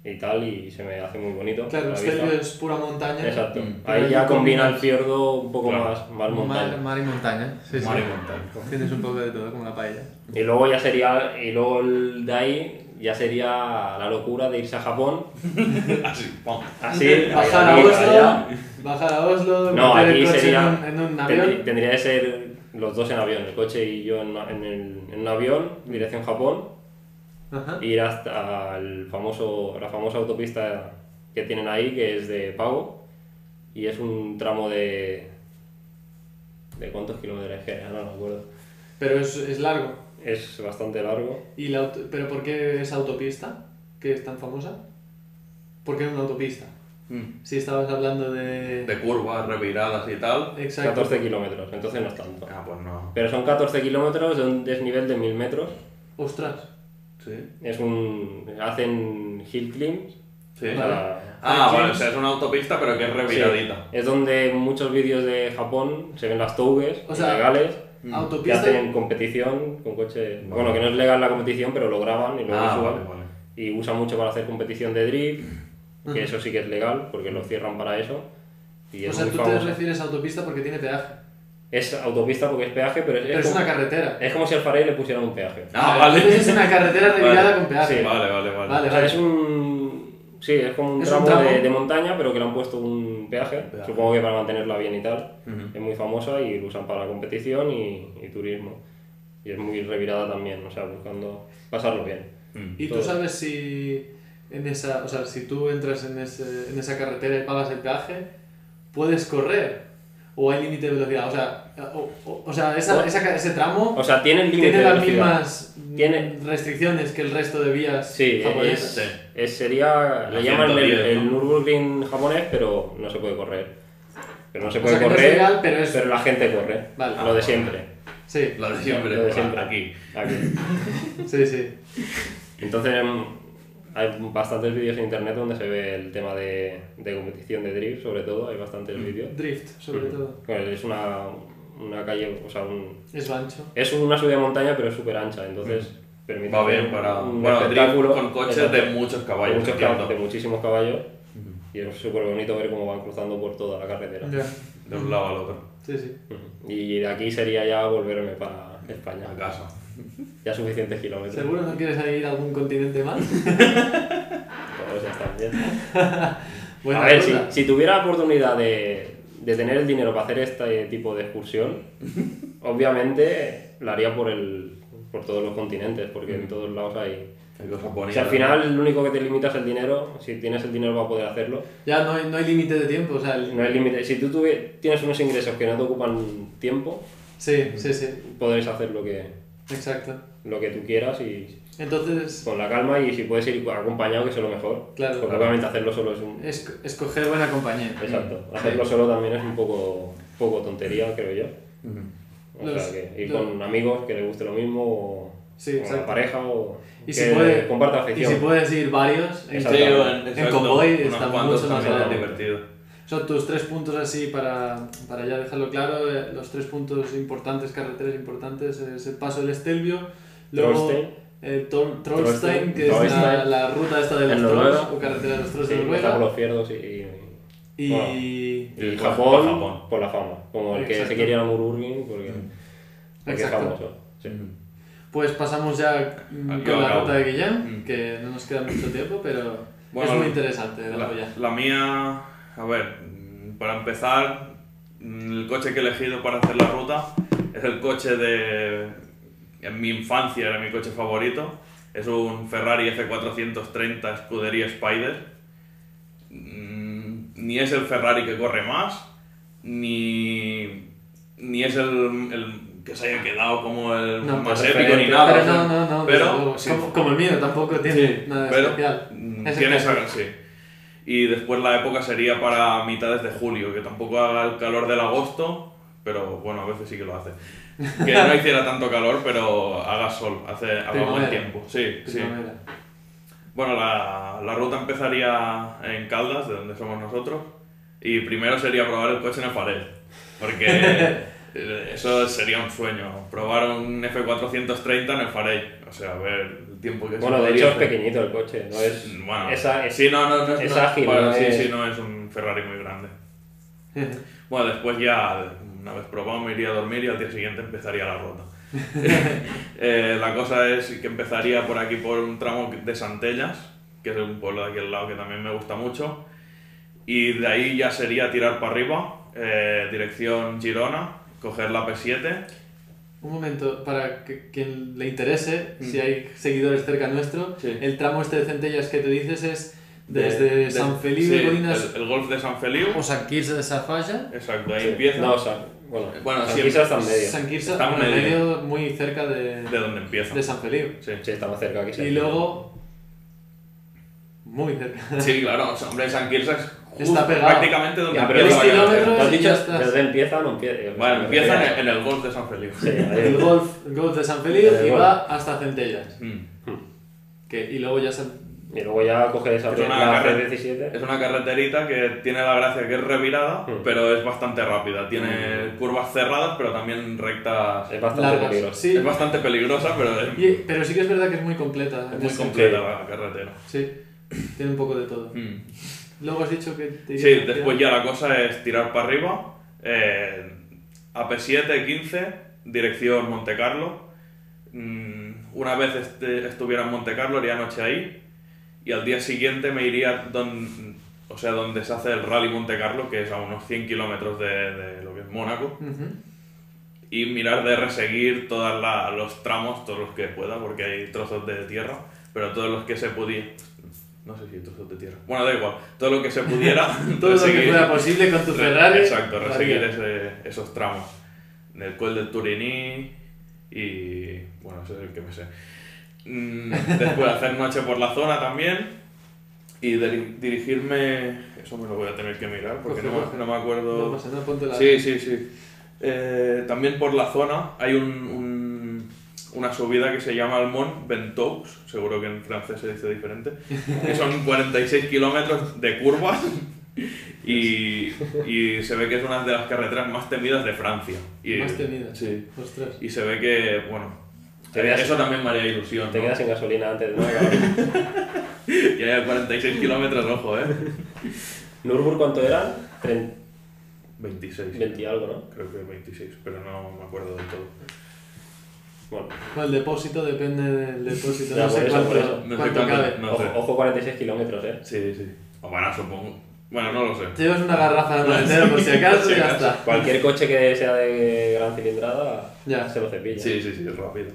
y tal, y se me hace muy bonito.
Claro,
la
Estelvio
vista.
es pura montaña.
Exacto.
Mm.
Pero
Ahí ya
ahí
combina
combinas-
el fiordo un poco
Claro.
más, más
Mar,
montaña.
mar y montaña. Sí, sí.
Mar y montaña.
Tienes un poco de todo, como la paella.
Y luego ya sería, y luego el de ahí ya sería la locura de irse a Japón.
Así, pum.
Así,
Bajar a
aquí, allá.
Oslo, bajar a Oslo,
No,
meter el
aquí
coche en,
sería.
un, en un
tendrí-
avión.
Tendría, que ser los dos en avión, el coche y yo en, una- en el- en un avión, dirección Japón. e
Ajá.
ir hasta el famoso, la famosa autopista que tienen ahí, que es de pago, y es un tramo de... ¿De cuántos kilómetros es que era? No, no me acuerdo.
Pero es, es largo.
Es bastante largo.
¿Y la auto- ¿Pero por qué esa autopista, que es tan famosa? ¿Por qué una autopista?
Mm.
Si estabas hablando de...
De curvas, reviradas y tal.
Exacto.
14 kilómetros, entonces no es tanto.
Ah, pues no.
Pero son 14 kilómetros de un desnivel de 1000 metros.
Ostras.
Sí.
Es un... hacen hill climbs.
Sí.
o
Vale.
sea,
Ah,
James.
vale, o sea, es una autopista pero que es reviradita.
sí, es donde muchos vídeos de Japón se ven las tougues
O sea,
legales. que
Autopista...
hacen competición con coches. Bueno, que no es legal la competición, pero lo graban y lo
Ah,
suben.
vale, vale.
Y usan mucho para hacer competición de drift, que eso sí que es legal, porque lo cierran para eso. Y
O
es
sea,
muy
tú te
famoso.
refieres a autopista porque tiene peaje.
Es autopista porque es peaje, pero es,
Pero
es
es
como,
una carretera.
es como si al Farey le pusieran un peaje.
Ah, vale.
Entonces es una carretera revirada con peaje.
Sí.
Vale, vale, vale.
Vale.
O sea, es un... Sí, es como un
Es un
tramo,
tramo.
De, de montaña, pero que le han puesto un peaje,
Peaje.
supongo que para mantenerla bien y tal.
Ujú.
Es muy famosa y lo usan para competición y, y turismo. Y es muy revirada también, o sea, buscando pasarlo bien.
Mm.
Y tú
Todo.
sabes si en esa, o sea, si tú entras en, ese- en esa carretera y pagas el peaje, puedes correr o hay límite de velocidad, o sea, o, o- o sea, esa-
O-
esa ca- ese tramo
O sea, tiene el límite
tiene
de
las
velocidad.
mismas
Tiene-
restricciones que el resto de vías
Sí, eh,
japonesas.
es,
Sí.
es- sería. Le
El
llaman el,
110,
el
¿no?
Nürburgring japonés, pero no se puede correr. Pero no se
O
puede
sea, que no es
correr,
legal, pero es-
la gente corre.
Vale.
Lo de siempre.
Sí,
La de siempre,
Lo de siempre.
aquí.
Aquí.
sí, sí.
Entonces, em, hay bastantes vídeos en internet donde se ve el tema de, de competición de drift, sobre todo. Hay bastantes
Mm.
vídeos.
Drift, sobre todo.
Bueno, es una, una calle, o sea, un-
Es lo ancho.
es una subida de montaña, pero es súper ancha, entonces permite
Mm. Va bien
hacer
para...
un
Bueno, drift
espectáculo.
con coches de
Exacto.
muchos caballos,
de, muchos
entiendo.
cab- de muchísimos caballos. Y es súper bonito ver cómo van cruzando por toda la carretera.
Ya,
De un lado al otro.
Sí, sí.
Ujú. Y de aquí sería ya volverme para España.
A casa.
Ya suficientes kilómetros.
¿Seguro no quieres ir a algún continente más?
Todos Pues ya están bien.
Buena
a ver, si,
ruta.
si tuviera la oportunidad de, de tener el dinero para hacer este tipo de excursión, obviamente la haría por, el, por todos los continentes, porque en todos lados hay...
Hay cosas
O
bonitas.
sea, al final lo único que te limita es el dinero, si tienes el dinero para poder hacerlo,
Ya no hay, no hay límite de tiempo, o sea, el-
no hay límite. Si tú tuve- tienes unos ingresos que no te ocupan tiempo,
sí, sí, sí.
podréis hacer lo que,
Exacto.
lo que tú quieras y
Entonces,
con la calma y si puedes ir acompañado, que eso es lo mejor.
Claro. Eh,
Porque obviamente hacerlo solo es un...
es- escoger buena compañía.
Exacto. Hacerlo solo también es un poco, poco tontería, creo yo. O
Los-
sea, que ir
los-
con amigos que les guste lo mismo o,
Sí,
o una
exacto.
pareja o
Y
que
si, puede-
comparta
y
afición.
si puedes ir varios, en-
Sí,
Exacto.
en,
En
exacto,
convoy
unos
está
cuantos
mucho más
también es
barato.
divertido.
son tus tres puntos así para, para ya dejarlo claro, eh, los tres puntos importantes, carreteras importantes, eh, es el paso del Estelvio, luego
Trollstein.
eh, Tol- Trollstein,
Trollstein,
que es la,
Trollstein.
la ruta esta de
En
los trolls,
Noruega.
o carretera de los trolls
Sí,
de
está por
Noruega,
los fierdos y,
y...
y- y
Y
Japón,
por Japón. Mm.
por la fama. Como el que
Exacto.
se quería ir a Nürburgring porque, porque es
Exacto.
famoso. Sí.
Pues pasamos ya mm,
Aquí
con la
acabo.
ruta de Guillén,
Mm.
que no nos queda mucho tiempo, pero
Bueno,
es muy interesante la
La,
polla.
la mía, a ver, mm, para empezar, mm, el coche que he elegido para hacer la ruta es el coche de... En mi infancia era mi coche favorito. Es un Ferrari F430 Scuderia Spider. Mm, Ni es el Ferrari que corre más, ni, ni es el, el que se haya quedado como el
No,
más
pero-
épico ni
pero-
nada.
pero
o sea,
no, no, no, desde
pero
luego,
sí,
como, como el mío tampoco tiene
Sí,
nada de
pero,
especial.
mm,
Es
Tiene
especial.
esa, sí. Y después la época sería para mitades de julio, que tampoco haga el calor del agosto, pero bueno, a veces sí que lo hace. Que no hiciera tanto calor, pero haga sol, hace haga
Primavera.
buen tiempo. Sí, sí.
Primavera.
Bueno, la, la ruta empezaría en Caldas, de donde somos nosotros, y primero sería probar el coche en el Farel, porque eh, eso sería un sueño, probar un F430 en el Farel, o sea, ver el tiempo que se
Bueno, de
podría
hecho es
hacer.
pequeñito el coche, no es...
Mm, Bueno,
esa- es-
sí, no, no, no
es
no,
ágil,
bueno,
no
sí,
es-
sí, no es un Ferrari muy grande. Bueno, después ya, una vez probado, me iría a dormir y al día siguiente empezaría la ruta. Eh, la cosa es que empezaría por aquí, por un tramo de Santellas, que es un pueblo de aquí al lado que también me gusta mucho. Y de ahí ya sería tirar para arriba, eh, dirección Girona, coger la P7.
Un momento, para que, quien le interese, si hay seguidores cerca nuestro,
Mm. Sí.
el tramo este de centellas que tú dices es
de-
desde
de-
San Feliu
sí,
de Colinas
El, el golf de San Feliu.
o San Quirze de Safalla,
Exacto, ahí
sí.
empieza.
No, o sea, bueno,
Bueno,
San
sí,
Quirze está en medio.
San Quirze
Está en
bueno, en
medio.
medio, muy cerca de,
de donde empieza.
de San Feliu.
Sí.
Sí, está más cerca que
Y
San
luego, muy cerca.
Sí, claro, o sea, hombre, San Quirce es justo
Está pegado.
prácticamente donde
Ya, pero
empieza
los
Valladolid.
kilómetros-
¿Tú has
y
dicho
ya estás.
desde empieza o no empieza?
Bueno, empieza en el, en el golf de San Felipe.
El golf, el golf de San Feliu
El
y
golf.
va hasta centellas.
Mm.
Que, y luego ya San...
Y luego ya coges esa
Es
la
una carre-
C17.
Es una carreterita que tiene la gracia que es revirada,
Mm.
pero es bastante rápida.
Mm.
Tiene curvas cerradas, pero también rectas.
Es bastante
largas.
peligroso.
Sí,
Es bastante peligrosa, pero es,
y- pero sí que es verdad que es muy completa.
es
en
muy
ese-
completa la carretera.
Sí, tiene un poco de todo.
Mm.
Luego has dicho que te
Sí, después ya la cosa es tirar para arriba. eh, AP7, 15, dirección Monte Carlo. Mm, Una vez este- estuviera en Monte Carlo, haría noche ahí. Y al día siguiente me iría don- o sea, donde se hace el Rally Monte Carlo, que es a unos 100 kilómetros de, de lo que es Mónaco.
Ujú.
Y mirar de reseguir todos los tramos, todos los que pueda, porque hay trozos de tierra. Pero todos los que se pudiera. No sé si trozos de tierra. Bueno, da igual. Todo lo que se pudiera.
Todo lo que
reseguir.
fuera posible con tu
Re-
Ferrari.
Exacto, reseguir
Vale.
ese- esos tramos. El cual del Turiní y. Bueno, ese es el que me sé. Mm, Después hacer noche por la zona también. Y deri- dirigirme. Eso me lo voy a tener que mirar porque
Coge,
no, me-
coge.
no me
No
acuerdo.
pasa nada, ponte la.
Sí, sí, sí. Eh, también por la zona hay un, un- una subida que se llama el Mont Ventoux, seguro que en francés se dice diferente, que son 46 kilómetros de curvas y, y se ve que es una de las carreteras más temidas de Francia. Y,
Más tenida.
Sí.
Ostras.
Y se ve que, bueno,
Te quedas-
eso también me haría ilusión.
Te
¿no?
quedas sin gasolina antes de nada.
Y hay 46 kilómetros, ojo, ¿eh?
¿Nürburgring cuánto eran? Tren-
26.
20 y algo, ¿no?
Creo que 26, pero no me acuerdo del todo.
Bueno,
Bueno, el depósito depende del depósito.
Ya,
no sé
por eso,
cuánto,
por eso.
No sé
cuánto
cuánto,
cabe.
no. sé.
ojo, ojo 46 kilómetros, ¿eh?
Sí, sí. O bueno, supongo. Bueno, no lo sé.
Te llevas una garrafa de delantero por si acaso
Sí,
y ya
sí.
está.
Cualquier coche que sea de gran cilindrada
Ya.
se lo cepilla.
Sí, sí, sí, es rápido.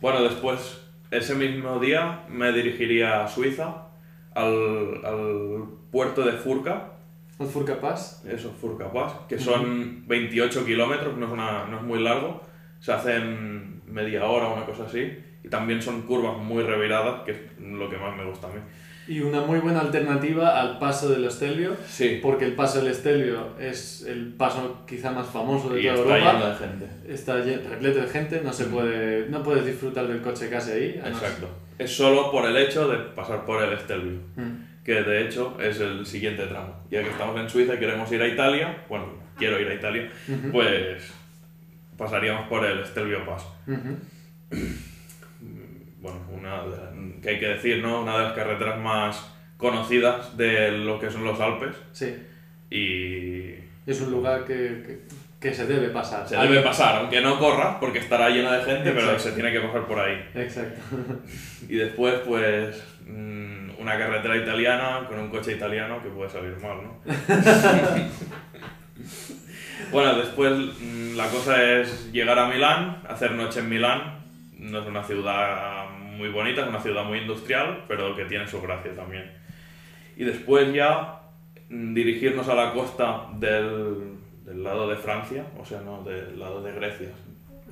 Bueno, después, ese mismo día me dirigiría a Suiza, al, al puerto de Furca,
El Furca Pass.
eso, Furca Pass, que son 28 kilómetros, no es, una, no es muy largo, se hace en media hora o una cosa así. Y también son curvas muy reviradas, que es lo que más me gusta a mí.
Y una muy buena alternativa al paso del Estelvio,
Sí,
porque el paso del Estelvio es el paso quizá más famoso de
y
toda
está
Europa.
lleno de gente.
Está lle- repleto de gente, no se puede, no puedes disfrutar del coche casi ahí. además.
Exacto. Es solo por el hecho de pasar por el Estelvio,
Mm.
que de hecho es el siguiente tramo. Ya que estamos en Suiza y queremos ir a Italia, bueno, quiero ir a Italia,
Ujú.
pues pasaríamos por el Estelvio Pass. Mm,
Ujú.
Bueno, una de las- que hay que decir, ¿no? Una de las carreteras más conocidas de lo que son los Alpes
Sí,
y
es un lugar que, que, que se debe pasar.
se debe pasar, aunque no corra, porque estará llena de gente, pero
Exacto.
se tiene que pasar por ahí.
Exacto.
Y después, pues, mm, una carretera italiana con un coche italiano que puede salir mal, ¿no? bueno, después mm, la cosa es llegar a Milán, hacer noche en Milán. No es una ciudad muy bonita, es una ciudad muy industrial, pero que tiene su gracia también. Y después ya mm, dirigirnos a la costa del, del lado de Francia, o sea, no, del lado de Grecia,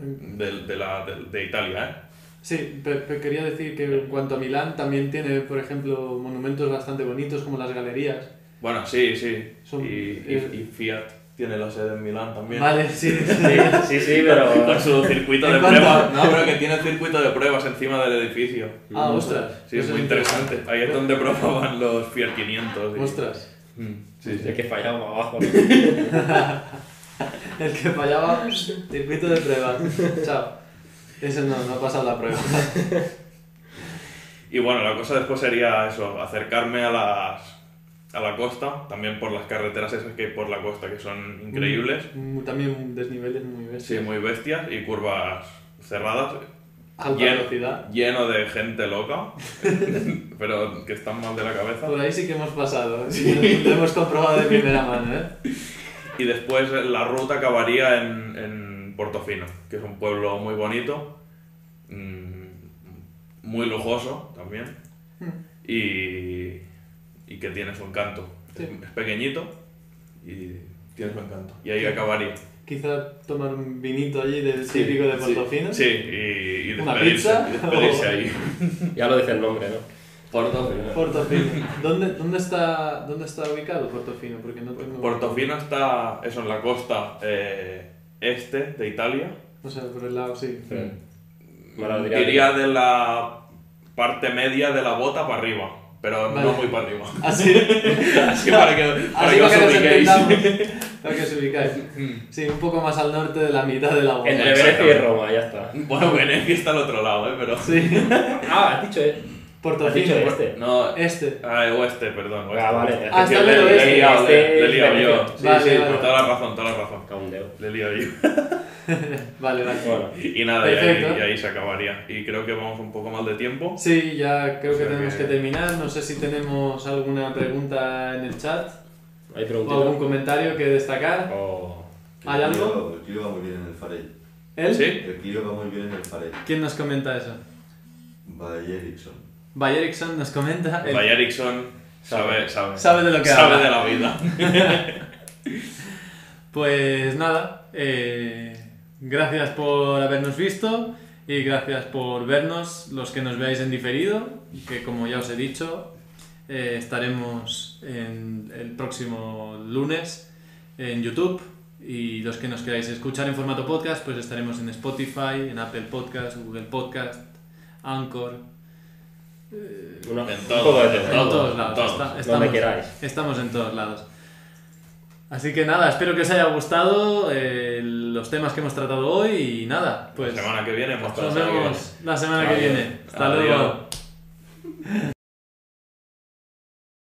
del- de, la, de, de Italia, ¿eh?
Sí, pe- pe- quería decir que en cuanto a Milán también tiene, por ejemplo, monumentos bastante bonitos como las galerías.
Bueno, sí, sí.
Son-
y, y-
eh,
y Fiat tiene la sede en Milán también.
Vale, sí.
Sí, sí, pero.
Con su circuito
¿En
de
cuánto?
pruebas. No, pero que tiene el circuito de pruebas encima del edificio.
ah, ostras.
Sí, es
eso
muy interesante. Ahí es donde probaban los Fiat 500. y-
Ostras.
Mm, Sí,
El
sí.
que fallaba abajo. ¿no?
El que fallaba, circuito de prueba. Chao. Ese no, no ha pasado la prueba.
Y bueno, la cosa después sería eso, acercarme a las a la costa, también por las carreteras esas que hay por la costa que son increíbles,
Mm, También desniveles muy
sí,
bestias.
muy bestias y curvas cerradas,
Alta
Lleno.
velocidad.
lleno de gente loca, pero que están mal de la cabeza.
Por ahí sí que hemos pasado. ¿eh? Lo hemos comprobado de primera mano, ¿eh?
Y después la ruta acabaría en, en Portofino, que es un pueblo muy bonito, mm, muy lujoso también,
Hmm.
y, y que tiene su encanto.
Sí.
Es, es pequeñito y tiene su encanto. Y ahí acabaría.
Quizá tomar un vinito allí del típico de Portofino.
Sí, y, y
¿Una
despedirse,
pizza?
y despedirse ahí.
Ya lo dice el nombre, ¿no?
Portofino.
Portofino. ¿Dónde, dónde, está, ¿Dónde está ubicado Portofino? Porque no tengo...
Portofino está eso, en la costa eh, este de Italia.
O sea, por el lado, sí.
Sí. Bueno, diría-
Iría de la parte media de la bota para arriba, pero
Vale.
no muy para arriba.
Así,
Así para que, para
Ah, así
que
para
os
que nos
ubiquéis.
entendamos. Para que os ubicáis.
Mm.
Sí, un poco más al norte de la mitad de la boca.
Entre Venecia y Roma, ya está.
Bueno, Venecia está al otro lado, ¿eh? Pero...
Sí.
Ah, has dicho, eh. Has dicho
Portofino.
este.
No...
Este.
Ah, eh, oeste, perdón. oeste.
Ah, vale.
Ah,
Es que
está
le,
en el
le
oeste.
he liado, le,
Este
le he
es
liado yo.
Venecia.
Sí,
Vale,
sí,
vale.
toda la razón, toda la razón.
Caundeo.
Le he liado yo.
Vale, vale.
Bueno,
Y nada, y ahí,
Perfecto.
y ahí se acabaría. Y creo que vamos un poco mal de tiempo.
Sí, ya creo
O
que
sea
tenemos
que-
que terminar. No sé si tenemos alguna pregunta en el chat
hay
o algún
preguntitas.
comentario que destacar.
O-
¿Hay
El Clio-
algo?
El Clio va muy bien en el Farell.
¿Él?
Sí.
El Clio va muy bien en el Farell.
¿Quién nos comenta eso?
By Ericsson.
Bay Erickson nos comenta.
Pues
Eh, el-
Vaya Erickson sabe, sabe.
Sabe de lo que
Sabe
habla.
de la vida.
Pues nada, eh, gracias por habernos visto y gracias por vernos, los que nos veáis en diferido, que como ya os he dicho, eh, estaremos en el próximo lunes en YouTube y los que nos queráis escuchar en formato podcast, pues estaremos en Spotify, en Apple Podcast, Google Podcast, Anchor,
Una-
En
un
todo,
poco de
en
todo.
en
Todos,
todos lados.
todos.
está-
Donde
estamos,
queráis.
estamos en todos lados. Así que nada, espero que os haya gustado eh, los temas que hemos tratado hoy y nada, pues
la semana que viene hemos
nos vemos la semana que
Adiós.
viene. Hasta
Adiós.
luego.